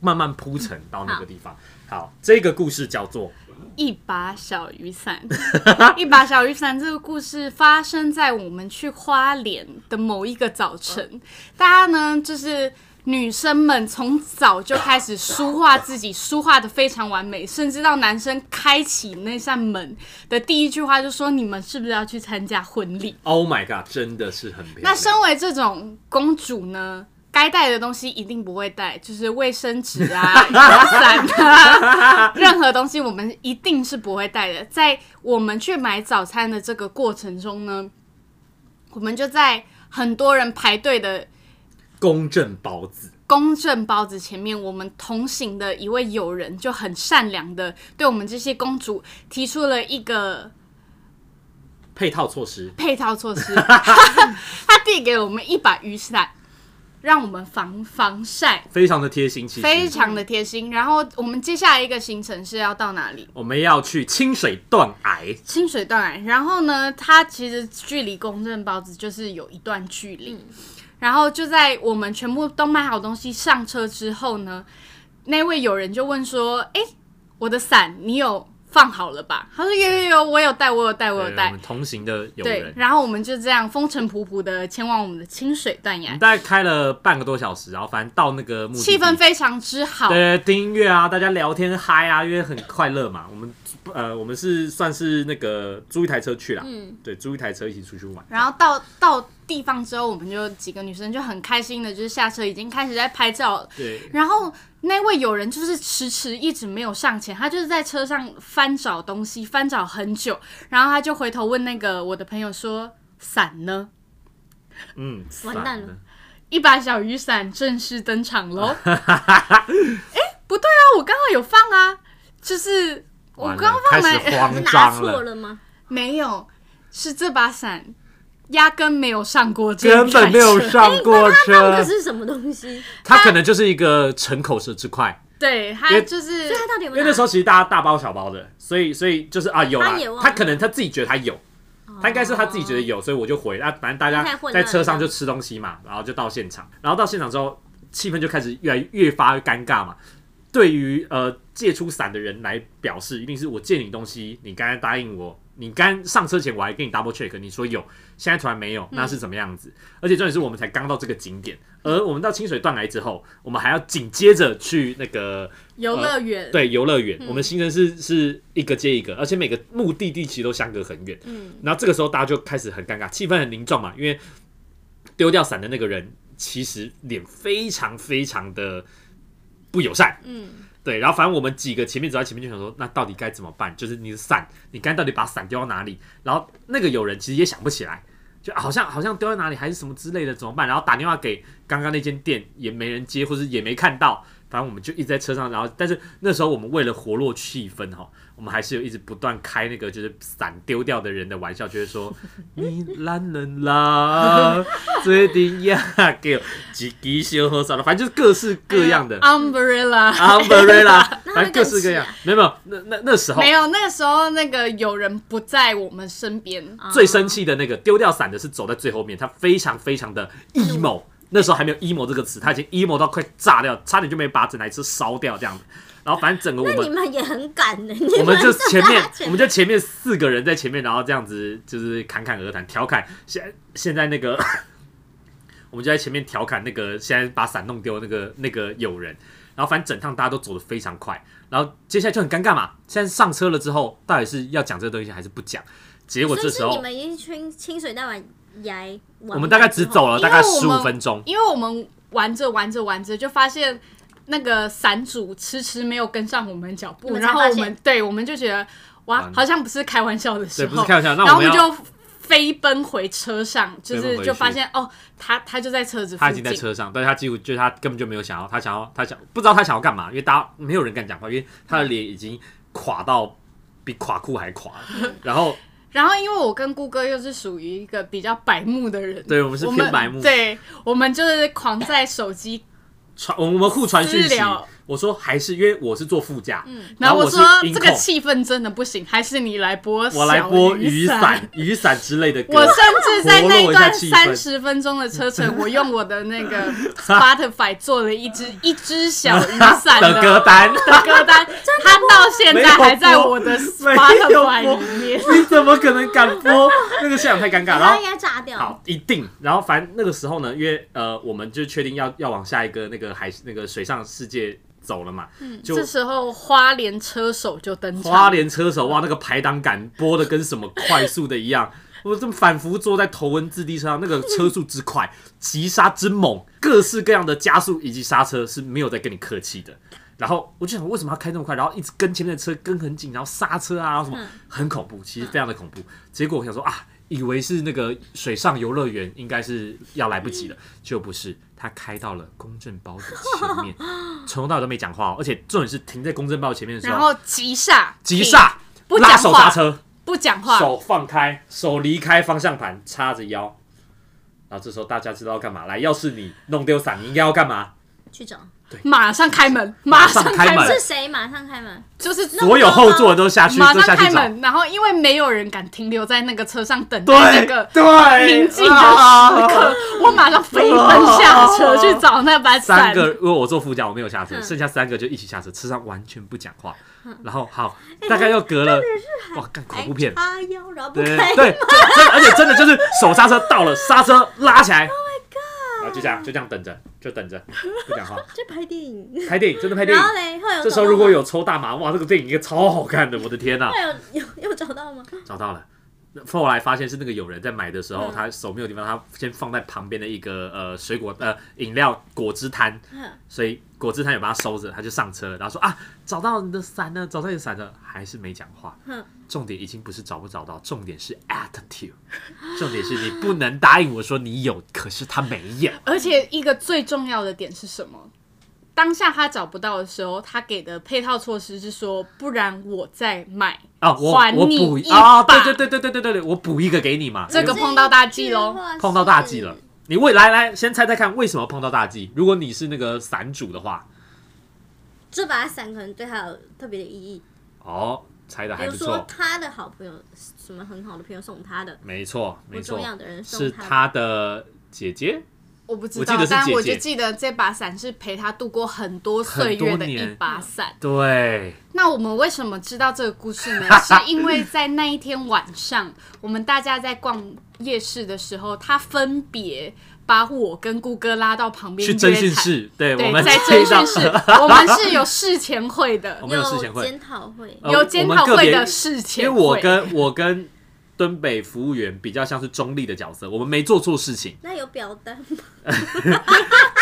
S1: 慢慢铺陈到那个地方。好，这个故事叫做
S3: 一把小雨伞， 一把小雨伞。这个故事发生在我们去花莲的某一个早晨，大家呢就是。女生们从早就开始梳化自己，梳化的非常完美，甚至到男生开启那扇门的第一句话就说：“你们是不是要去参加婚礼？”
S1: “Oh my God”，真的是很漂亮。
S3: 那身为这种公主呢，该带的东西一定不会带，就是卫生纸啊、雨伞啊，任何东西我们一定是不会带的。在我们去买早餐的这个过程中呢，我们就在很多人排队的
S1: 公正包子，
S3: 公正包子前面，我们同行的一位友人就很善良的对我们这些公主提出了一个
S1: 配套措施
S3: 配套措施，他递给我们一把雨伞，让我们防防晒，
S1: 非常的贴心，其实
S3: 非常的贴心。然后我们接下来一个行程是要到哪里？
S1: 我们要去清水断崖，
S3: 清水断崖。然后呢，它其实距离公正包子就是有一段距离。然后就在我们全部都买好东西上车之后呢，那位友人就问说：“哎、我的伞你有放好了吧？”他说：“有有有，我有带，我有带，我有
S1: 对我
S3: 带
S1: 们。”同行的友
S3: 对
S1: 人，。
S3: 然后我们就这样风尘仆仆的前往我们的清水断
S1: 我
S3: 崖
S1: 们，大概开了半个多小时，然后反正到那个目的地
S3: 气氛非常之好。
S1: 对，听音乐啊，大家聊天嗨啊，因为很快乐嘛。我们呃，我们是算是那个租一台车去啦，
S2: 嗯，
S1: 对，租一台车一起出去玩。
S3: 然后到到地方之后，我们就几个女生就很开心的，就是下车已经开始在拍照了。
S1: 对，
S3: 然后那位友人就是迟迟一直没有上前，他就是在车上翻找东西，翻找很久，然后他就回头问那个我的朋友说：“伞呢？”
S1: 嗯，
S2: 完
S1: 算
S2: 蛋了
S3: 一把小雨伞正式登 场喽！哎、不对啊，我刚好有放啊，就是我
S1: 完了，
S3: 刚刚
S1: 开
S3: 放
S1: 始
S3: 来，
S2: 是
S1: 慌
S2: 拿
S1: 张
S2: 错
S1: 了，
S2: 了吗？
S3: 没有，是这把伞压根没有上过这
S1: 根本没有
S3: 台车
S1: 上过
S3: 哎
S2: 那
S1: 车，
S2: 是什么东西？
S1: 他可能就是一个逞口舌之快，
S3: 对，
S1: 因
S3: 他
S1: 为
S3: 就是
S2: 所以他到底有
S1: 因
S2: 没
S1: 为
S2: 有拿？
S1: 那时候其实大家大包小包的，所以所以就是啊有啦
S2: 他也忘，了哦
S1: 他可能他自己觉得他有。他应该是他自己觉得有，所以我就回。那反正大家
S2: 太混
S1: 在
S2: 乱
S1: 车上就吃东西嘛，然后就到现场，然后到现场之后，气氛就开始越来越发尴尬嘛。对于呃借出伞的人来表示，一定是我借你东西，你刚才答应我，你刚上车前我还跟你 double check，你说有，现在突然没有，
S2: 嗯
S1: 那是怎么样子？而且重点是我们才刚到这个景点，而我们到清水断崖之后，我们还要紧接着去那个
S3: 游乐园，
S1: 对游乐园，我们行程是是一个接一个，而且每个目的地其实都相隔很远。
S2: 嗯，
S1: 然后这个时候大家就开始很尴尬，气氛很凝重嘛，因为丢掉伞的那个人其实脸非常非常的不友善，
S2: 嗯，
S1: 对。然后反正我们几个前面走在前面就想说，那到底该怎么办？就是你的伞，你该到底把伞丢到哪里？然后那个友人其实也想不起来，就好像好像丢在哪里还是什么之类的，怎么办？然后打电话给刚刚那间店也没人接，或是也没看到。反正我们就一直在车上，然后但是那时候我们为了活络气氛哈，我们还是有一直不断开那个就是伞丢掉的人的玩笑，就是说你懒人啦，最顶呀给几滴小喝少了，反正就是各式各样的
S3: umbrella。
S1: umbrella，反
S2: 那会
S1: 正各式各样
S2: 更气。
S1: 没有没有，那那那时候
S3: 啊没有，那个时候那个友人不在我们身边，
S2: 啊
S1: 最生气的那个丢掉伞的是走在最后面，他非常非常的
S3: 嗯
S1: emo。那时候还没有 emo 这个词，他已经 emo 到快炸掉，差点就没把整台车烧掉这样子。然后反正整个我
S2: 那你
S1: 们
S2: 们也很敢的，你
S1: 我们就
S2: 走
S1: 前面
S2: 在前
S1: 我们就前面四个人在前面，然后这样子就是侃侃而谈，调侃现现在那个 我们就在前面调侃那个现在把伞弄丢的那个那个友人。然后反正整趟大家都走得非常快，然后接下来就很尴尬嘛。现在上车了之后，到底是要讲这个东西还是不讲？结果
S2: 所
S1: 这
S2: 以
S1: 时
S2: 是
S1: 候
S2: 你们一群清水大碗崖，
S1: 我们大概只走了
S3: 因
S1: 大
S3: 为
S1: 概十五
S3: 我们
S1: 分钟，
S3: 因为我们玩着玩着玩着，就发现那个伞主迟迟没有跟上我们脚
S2: 你
S3: 步，
S2: 们才
S3: 然后我
S2: 发
S3: 们
S2: 现
S3: 对我们就觉得哇
S1: 完，
S3: 好像不是开玩笑的时
S1: 对，
S3: 候，
S1: 不是开玩笑。那
S3: 然
S1: 我
S3: 后我
S1: 们
S3: 们
S1: 要，
S3: 就飞奔回车上，就
S1: 飞奔
S3: 是
S1: 回
S3: 就
S1: 去
S3: 发现哦，他他就在车子附近，
S1: 他已经在车上，但是他几乎就是他根本就没有想要，他想要他想不知道他想要干嘛，因为大家没有人敢讲话，因为他的脸已经垮到比垮裤还垮 了。然后
S3: 然后因为我跟顾哥又是属于一个比较白目的人，
S1: 对我们是
S3: 我
S1: 偏
S3: 们
S1: 白目，
S3: 对我们就是狂在手机，
S1: 传我们互传讯
S3: 私
S1: 息
S3: 聊，嗯
S1: 我说还是因为我是坐副驾，
S3: 然后
S1: 我是
S3: 说
S1: 音
S3: 这
S1: 控
S3: 个气氛真的不行，还是你来播，
S1: 我来播雨。伞、雨伞之类的歌
S3: 我。甚至在那一段
S1: 活络一下气
S3: 三
S1: 氛
S3: 十分钟的车程，我用我的 那个 Spotify 做了一只一只小雨 伞
S1: 的歌单，
S3: 的歌单，它到现在还在我的
S1: 没有播
S3: Spotify 里面。
S1: 你怎么可能敢播？那个现场太尴尬。然
S2: 他
S3: 哎
S1: 后
S2: 应该炸掉。
S1: 好，一定。然后反正那个时候呢，因为呃，我们就确定要要往下一个那个海那个水上世界走了嘛，就
S3: 嗯这时候花莲车手就登场，
S1: 花莲车手哇，那个排档杆播的跟什么快速的一样。 我这么反复坐在头文字 D 车上，那个车速之快，急刹之猛，各式各样的加速以及刹车是没有在跟你客气的。然后我就想，为什么要开那么快？然后一直跟前面的车跟很紧，然后刹车啊什么，很恐怖，其实非常的恐怖。结果我想说啊，以为是那个水上游乐园，应该是要来不及了，就不是，他开到了公正包的前面，从头到尾都没讲话、哦，而且重点是停在公正包前面的时
S3: 然
S1: 候，
S3: 后急刹，
S1: 急刹，
S3: 不
S1: 拉
S3: 讲
S1: 手
S3: 话
S1: 刹车，
S3: 不讲话，
S1: 手放开，手离开方向盘，叉着腰。然后这时候大家知道要干嘛？来，要是你弄丢伞，你应该要干嘛？
S2: 去找
S3: 马上开门，马上
S1: 马上开门
S3: 门，
S2: 是谁？马上开门。
S3: 就是
S1: 所有后座的都下去，
S3: 马
S1: 都
S3: 上
S1: 下去
S3: 开
S1: 找。
S3: 门。然后因为没有人敢停留在那个车上等待
S1: 对
S3: 那个
S1: 对，
S3: 宁静的时
S1: 啊
S3: 刻，我马上飞奔下车去找那把伞
S1: 三。个，如果我坐副驾，我没有下车，
S2: 嗯
S1: 剩下三个就一起下车，车上完全不讲话。
S3: 嗯
S1: 然后好，大概又隔
S3: 哎
S1: 了，哇，干恐怖片，
S2: 叉腰，哎然后不
S1: 对
S2: 开
S1: 对，就真而且真的就是手刹车到了，刹车拉起来。Oh my god！然后就这样，就这样等着，就等着，不讲话。
S2: 就拍电影。
S1: 拍电影，真的拍电
S2: 然
S1: 影
S2: 后。嘞，会有
S1: 这时候如果有抽大麻，哇，这个电影应该超好看的，我的天呐、
S2: 会有有有找到吗？
S1: 找到了。那后来发现是那个有人在买的时候，
S2: 嗯
S1: 他手没有地方，他先放在旁边的一个呃水果呃饮料果汁摊，
S2: 嗯
S1: 所以果汁摊也把他收着，他就上车了，然后说啊，找到你的伞了，找到你的伞了，还是没讲话。
S2: 嗯
S1: 重点已经不是找不找到，重点是 attitude，重点是你不能答应我说你有，可是他没有。
S3: 而且一个最重要的点是什么？当下他找不到的时候，他给的配套措施是说，不然我再买
S1: 啊，我
S3: 还
S1: 我
S3: 你
S1: 补
S3: 一
S1: 啊，
S3: 把
S1: 对对对对对对对对，我补一个给你嘛。
S3: 这个
S1: 因为
S3: 碰到大忌咯
S2: 这句话是
S1: 碰到大忌了。你未来来先猜猜看，为什么碰到大忌？如果你是那个伞主的话，
S2: 这把伞可能对他有特别的意义，
S1: 哦，猜的
S2: 比
S1: 还
S2: 如
S1: 不
S2: 说
S1: 错，
S2: 他的好朋友，什么很好的朋友送他的，
S1: 没错没
S2: 不
S1: 错
S2: 重，要的人送
S1: 是
S2: 他
S1: 他的姐姐，
S3: 我不知
S1: 我
S3: 道，
S1: 记得是
S3: 但
S1: 姐
S3: 我
S1: 姐
S3: 就记得这把伞是陪他度过很多岁
S1: 很
S3: 月
S1: 多
S3: 的一
S1: 年
S3: 把伞。
S1: 对，
S3: 那我们为什么知道这个故事 呢？是因为在那一天晚上，我们大家在逛夜市的时候，他分别把我跟顾哥拉到旁边
S1: 去征
S3: 约
S1: 训
S3: 谈。
S1: 室，对我
S3: 对，
S1: 们
S3: 在
S1: 听
S3: 征
S1: 到
S3: 训室，我们是有事前会的
S1: 我，
S2: 的。
S1: 们有事前会
S2: 检讨会，
S1: 呃
S3: 有检讨
S1: 我们个
S3: 会
S1: 别
S3: 的事
S1: 因
S3: 前
S1: 为
S3: 会。
S1: 我跟我跟敦北服务员比较像是中立的角色，我们没做错事情，
S2: 那有表单吗？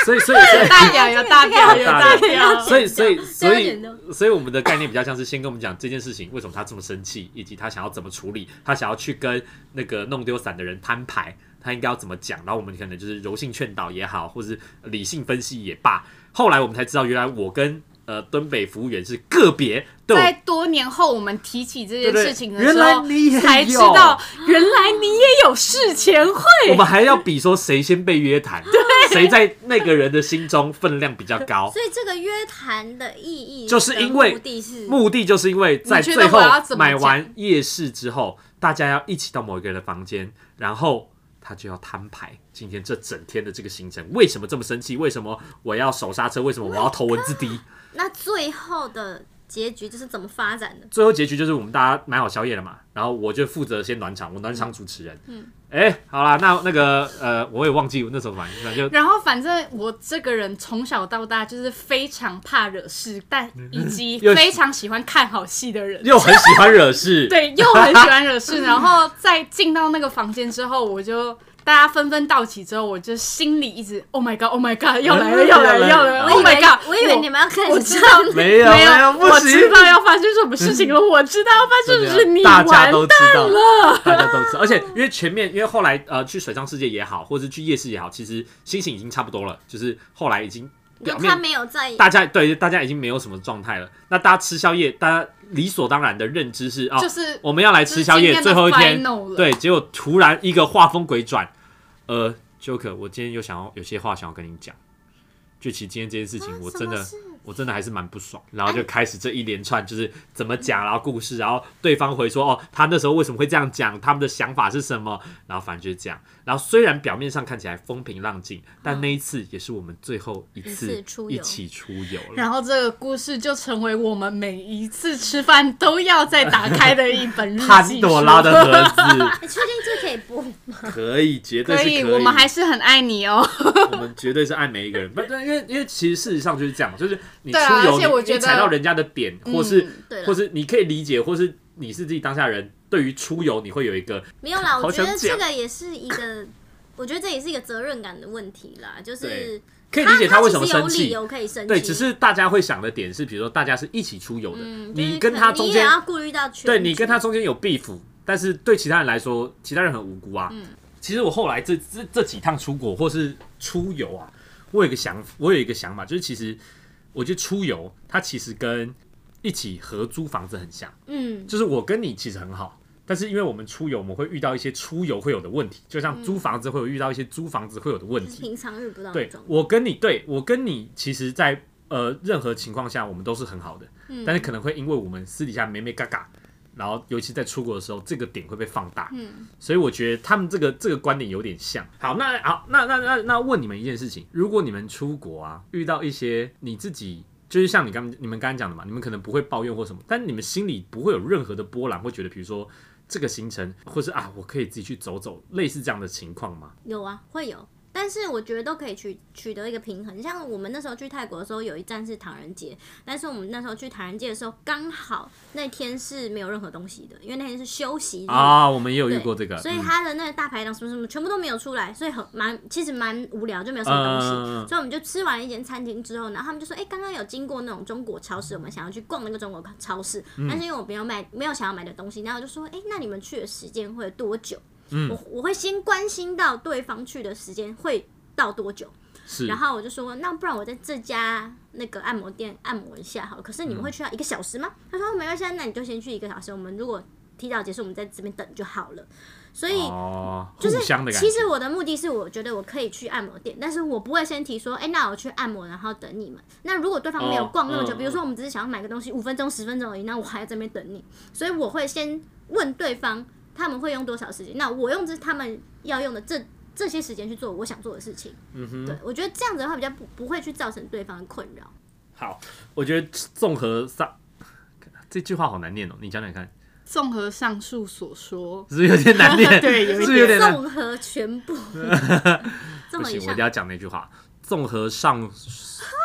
S1: 所以所以所以
S3: 大屌有 大屌有大屌，
S1: 所以，所 以，所
S2: 这个
S1: 以
S2: 点，
S1: 所以，我们的概念比较像是先跟我们讲这件事情为什么他这么生气，以及他想要怎么处理，他想要去跟那个弄丢伞的人摊牌，他应该要怎么讲。然后我们可能就是柔性劝导也好，或是理性分析也罢。后来我们才知道，原来我跟呃敦北服务员是个别都有
S3: 在多年后我们提起这件
S1: 对对
S3: 事情的
S1: 原
S3: 时
S1: 来
S3: 候
S1: 你也，
S3: 才知
S1: 有
S3: 道原来你也有事前会。
S1: 我们还要比说谁先被约谈，谁在那个人的心中分量比较高。
S2: 所以这个约谈的意义
S1: 哦就是因为
S2: 目的是
S1: 目的就是因为在
S3: 你觉
S1: 最
S3: 得
S1: 后
S3: 我要怎么
S1: 买
S3: 讲
S1: 完夜市之后，大家要一起到某一个人的房间，然后他就要摊牌今天这整天的这个行程，为什么这么生气？为什么我要手刹车？为什么我要头文字 D？
S2: 那最后的结局就是怎么发展的？
S1: 最后结局就是我们大家买好宵夜了嘛，然后我就负责先暖场，我暖场主持人。嗯，哎、好啦，那那个呃，我也忘记我那时候反应，那就
S3: 然后反正我这个人从小到大就是非常怕惹事，但以及
S1: 嗯 又
S3: 非常喜欢看好戏的人。
S1: 又很喜欢惹事。
S3: 对，又很喜欢惹事。然后在进到那个房间之后，我就大家纷纷到齐之后，我就心里一直 Oh my God，Oh my God，要来了，要来了，要来了
S1: 我
S3: ，Oh
S1: 以
S3: my God！
S2: 我以为你们要开
S3: 我
S2: 始
S3: 知
S2: 唱，
S3: 道
S1: 没有
S3: 没
S1: 有，不
S3: 我
S1: 行，
S3: 知道要发生什么 事情了，我知道要发生什么事，你
S1: 大
S3: 完
S1: 家都
S3: 蛋
S1: 知道，大家都知道。而且因为前面，因为后来呃去水上世界也好，或者去夜市也好，其实心情已经差不多了，就是后来已经表
S2: 他
S1: 面
S2: 没有在意。
S1: 大家对大家已经没有什么状态了。那大家吃宵夜，大家理所当然的认知是啊，哦
S3: 就是
S1: 我们要来吃宵夜，
S3: 就是
S1: 最
S3: 今天的
S1: 后一天
S3: final 了，
S1: 对，结果突然一个画风鬼转，呃，Joker，我今天有想要有些话想要跟你讲，就其实今天这件事情，我真的
S2: 啊什么事
S1: 我真的还是蛮不爽，然后就开始这一连串就是怎么讲，然后故事，然后对方回说哦，他那时候为什么会这样讲，他们的想法是什么，然后反正就是这样。然后虽然表面上看起来风平浪静，但那一次也是我们最后一
S2: 一
S1: 次
S2: 次出游
S1: 一起出游了。
S3: 然后这个故事就成为我们每一次吃饭都要再打开的一本日记
S1: 潘朵拉的
S3: 书
S1: 盒子
S2: 你哎确定这可以 播？
S1: 可以，绝对
S3: 可
S1: 是
S3: 以，我们还是很爱你哦。
S1: 我们绝对是爱每一个 人，不，对，因为因为其实事实上就是这样，就是你出
S3: 对啊
S1: 游，
S3: 而且我
S1: 你
S3: 觉
S1: 你
S3: 得
S1: 踩到人家的点，或啊是、
S2: 对啦
S1: 或是你可以理解，或是你是自己当下人，对于出游你会有一个
S2: 没有啦，
S1: 好
S2: 我觉得
S1: 想讲
S2: 这个也是一个，我觉得这也是一个责任感的问题啦，就是
S1: 对可以理解
S2: 他
S1: 为什么
S2: 其实
S1: 生
S2: 有理
S1: 气。
S2: 由可以生气，
S1: 对，只是大家会想的点是，比如说大家是一起出游的，
S2: 嗯，就是
S1: 你跟
S2: 可
S1: 他
S2: 能
S1: 中
S2: 你也
S1: 间，
S2: 要顾虑到全
S1: 对
S2: 局
S1: 你跟他中间有 beef，但是对其他人来说，其他人很无辜啊。
S2: 嗯
S1: 其实我后来这这这几趟出国或是出游啊，我有一个想，我有一个想法，就是其实我觉得出游它其实跟一起合租房子很像，
S2: 嗯
S1: 就是我跟你其实很好。但是因为我们出游，我们会遇到一些出游会有的问题，就
S2: 嗯
S1: 像租房子会有遇到一些租房子会有的问
S2: 就是
S1: 题。
S2: 平常遇不到的
S1: 嗯对
S2: 状况，
S1: 我跟你，对我跟你，其实在，呃任何情况下，我们都是很好的，
S2: 嗯
S1: 但是可能会因为我们私底下没没嘎嘎，然后尤其在出国的时候，这个点会被放大。
S2: 嗯，
S1: 所以我觉得他们这个这个观点有点像。好，那好，那那那那问你们一件事情：如果你们出国啊，遇到一些你自己。就是像你刚你们刚刚讲的嘛，你们可能不会抱怨或什么，但你们心里不会有任何的波澜，会觉得比如说这个行程，或是啊我可以自己去走走，类似这样的情况吗？
S2: 有啊，会有。但是我觉得都可以取取得一个平衡，像我们那时候去泰国的时候，有一站是唐人街，但是我们那时候去唐人街的时候，刚好那天是没有任何东西的，因为那天是休息日，
S1: 啊，我们也有
S2: 嗯对
S1: 遇过这个，
S2: 所以
S1: 嗯
S2: 他的那个大排档什么什么全部都没有出来，所以很蛮其实蛮无聊，就没有什么东西。
S1: 嗯
S2: 所以我们就吃完一间餐厅之后，然后他们就说：“哎、刚刚有经过那种中国超市，我们想要去逛那个中国超市，
S1: 嗯
S2: 但是因为我没有买，没有想要买的东西，然后我就说：哎、那你们去的时间会多久？
S1: 嗯
S2: 我我会先关心到对方去的时间会到多久，
S1: 是
S2: 然后我就说，那不然我在这家那个按摩店按摩一下好了。可是你
S1: 嗯
S2: 们会去到一个小时吗？他说、哦没关系啊，那你就先去一个小时。我们如果提早结束，我们在这边等就好了。所以、
S1: 哦，
S2: 就是
S1: 互相的感觉。
S2: 其实我的目的是，我觉得我可以去按摩店，但是我不会先提说，哎、那我去按摩，然后等你们。那如果对方没有
S1: 哦
S2: 逛那么久，
S1: 嗯
S2: 比如说我们只是想要买个东西，五分钟、十分钟而已，那我还在这边等你，所以我会先问对方他们会用多少时间，那我用这他们要用的这这些时间去做我想做的事情。
S1: 嗯哼，
S2: 对，我觉得这样子的话比较不不会去造成对方的困扰。
S1: 好，我觉得综合上这句话好难念哦，你讲讲看，
S3: 综合上述所说，
S1: 是不是有点难念？
S3: 对
S1: 是
S3: 有一
S1: 不是有点难。
S2: 综合全部， 综
S1: 不
S2: 合
S1: 行，我一
S2: 以上
S1: 定，要讲那句话。综合上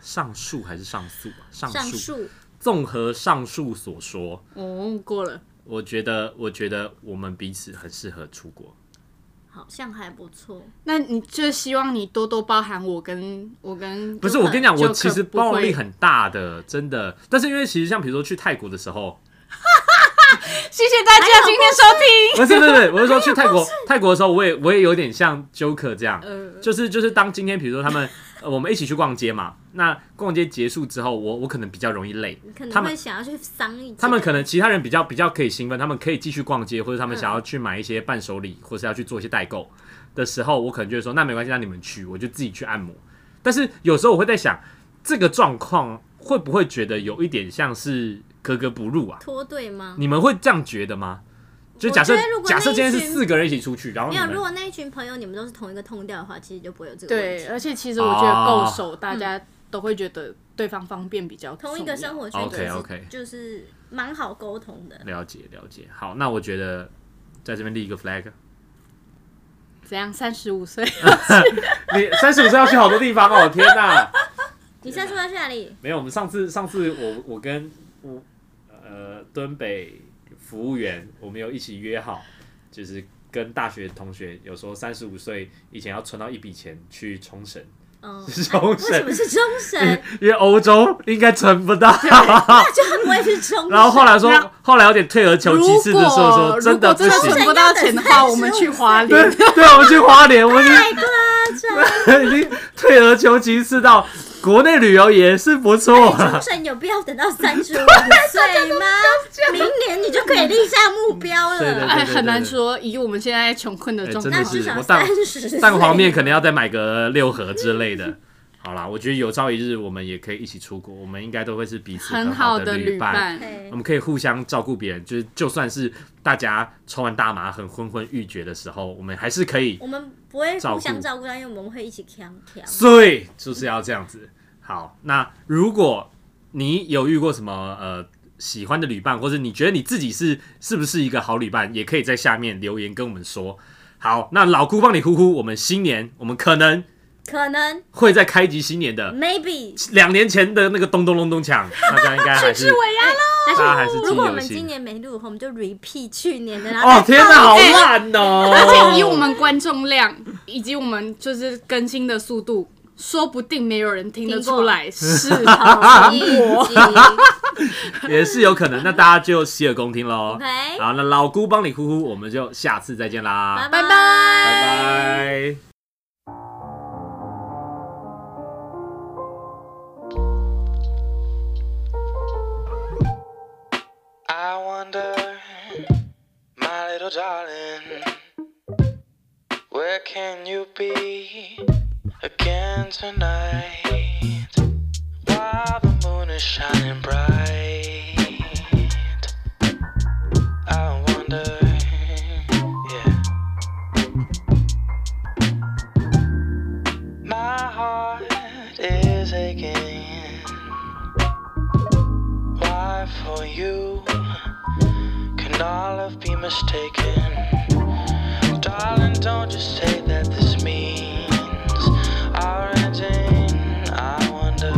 S1: 上述还是上诉啊？上
S2: 上
S1: 述。
S2: 述
S1: 综合上述所说，
S3: 哦，过了，
S1: 我觉得，我觉得我们彼此很适合出国。
S2: 好像还不错。
S3: 那你就希望你多多包涵我跟我跟
S1: 不是，我跟你讲，
S3: 就
S1: 我
S3: 可
S1: 其实
S3: 不会
S1: 包容力很大的，真的。但是因为其实像比如说去泰国的时候，
S3: 谢谢大家今天收听。
S1: 不是不是不是，我是说去泰国泰国的时候，我也我也有点像 Joker 这样，
S3: 呃
S1: 哎就是就是当今天比如说他们、呃我们一起去逛街嘛，那逛街结束之后，我我可能比较容易累
S2: 你可，
S1: 他
S2: 能
S1: 们
S2: 会想要去商议，
S1: 他们可能其他人比较比较可以兴奋，他们可以继续逛街，或者他们想要去买一些伴手礼，或是要去做一些代购的时候，我可能就会说那没关系，让你们去，我就自己去按摩。但是有时候我会在想，这个状况会不会觉得有一点像是格格不入啊？
S2: 脱队吗？
S1: 你们会这样觉得吗？就假设
S2: 我觉得如果那
S1: 假
S2: 一
S1: 设今天是
S2: 群
S1: 四个人一起出去，然后
S2: 没
S1: 哦你
S2: 有，
S1: 们
S2: 如果那一群朋友你们都是同一个通调的话，其实就不会有这个问
S3: 对，
S2: 题。
S3: 而且其实我觉得够手，大
S2: 嗯
S3: 家都会觉得对方方便比较重要
S2: 同一个生活圈就是
S1: 哦 OK，OK
S2: 就是蛮好沟通的。
S1: 了解了解。好，那我觉得在这边立一个 flag，
S3: 怎样？三十五岁
S1: 你三十五岁要去好多地方哦，天哪！
S2: 你现在说要去哪里？
S1: 没有，我们上次上次我我跟我呃敦北服务员，我们有一起约好，就是跟大学同学有说三十五岁以前要存到一笔钱去冲绳，
S2: 嗯，
S1: 是
S2: 哎为
S1: 冲绳
S2: 什么是冲 绳？
S1: 因为欧洲应该存 不到。
S2: 那就不会是冲绳。
S1: 然后后来说
S3: 然后，
S1: 后来有点退而求其次的说说
S3: 如果
S1: 真的不
S3: 如果真的
S1: 行
S3: 存。不到钱的话，我们去花
S1: 对
S3: 莲。
S1: 对，我们去花莲，我们已经
S2: 太夸 张了，
S1: 已经退而求其次到国内旅游也是不错
S2: 冲
S1: 啦。
S2: 绳有必要等到三十五岁 吗？明年你就可以立下目标
S1: 对对
S2: 了。
S3: 哎，很难说。以我们现在穷困的
S1: 哎
S3: 状
S1: 真
S3: 况，
S1: 的
S2: 那
S1: 是
S2: 至少
S1: 我蛋
S2: 三十岁，
S1: 蛋黄面可能要再买个六盒之类的。好啦，我觉得有朝一日我们也可以一起出国，我们应该都会是彼此
S3: 很
S1: 好
S3: 好的
S1: 旅
S3: 旅伴。
S2: 对
S1: 我们可以互相照顾别人，就是就算是大家抽完大麻很昏昏欲绝的时候，我们还是可以
S2: 我们不会
S1: 照顾
S2: 互相照顾到，因为我们会一起扛扛。
S1: 所以就是要这样子。好，那如果你有遇过什么呃喜欢的旅伴，或者你觉得你自己是是不是一个好旅伴，也可以在下面留言跟我们说。好，那老姑帮你呼呼，我们新年我们可能
S2: 可能
S1: 会在开集新年的
S2: maybe，
S1: 两年前的那个咚咚隆咚锵，大家应该还是
S3: 尾牙了，
S2: 但
S1: 大家还是
S2: 是
S1: 记
S2: 如果
S1: 有
S2: 我们
S1: 心
S2: 今年没录，我们就 repeat 去年的，然后
S1: 哦天哪，好
S3: 哎
S1: 烂哦！
S3: 而且以我们观众量以及我们就是更新的速度，说不定没有人听得出来 是
S2: 好一集
S1: 也是有可能，那大家就洗耳恭听喽。
S2: ，OK，
S1: 好，那老姑帮你呼呼，我们就下次再见啦，
S2: 拜
S3: 拜拜
S1: 拜拜
S4: I wonder, my little darling, where can you be again tonight? While the moon is shining bright, I wonder, yeah. My heart is aching. Why for you can all of be mistaken? Darling, don't you say that this means our ending? I wonder,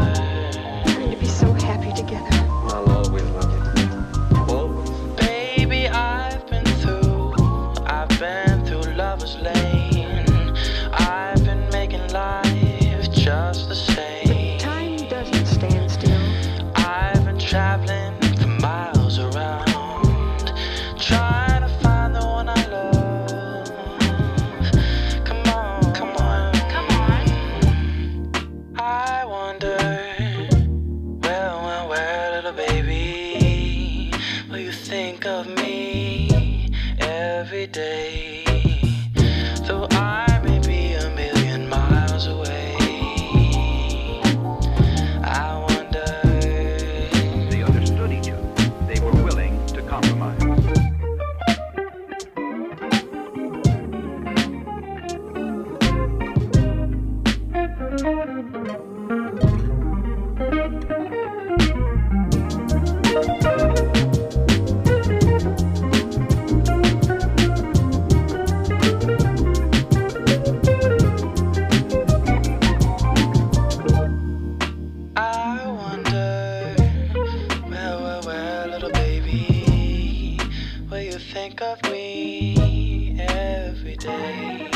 S5: going to be so happy together.
S6: I'll always love you. Always.
S4: baby, I've been through, I've been through lover's lane. I've been making life just the same.
S5: Time doesn't stand still.
S4: I've been traveling for miles around, trying to find the one I love. Come on, come on, come on. I wonder, well, well, well, little baby, will you think of me every day? Though I may be a million miles away. I wonder.
S7: They understood each other. They were willing to compromise.
S4: I wonder, well, well, well, little baby, will you think of me every day?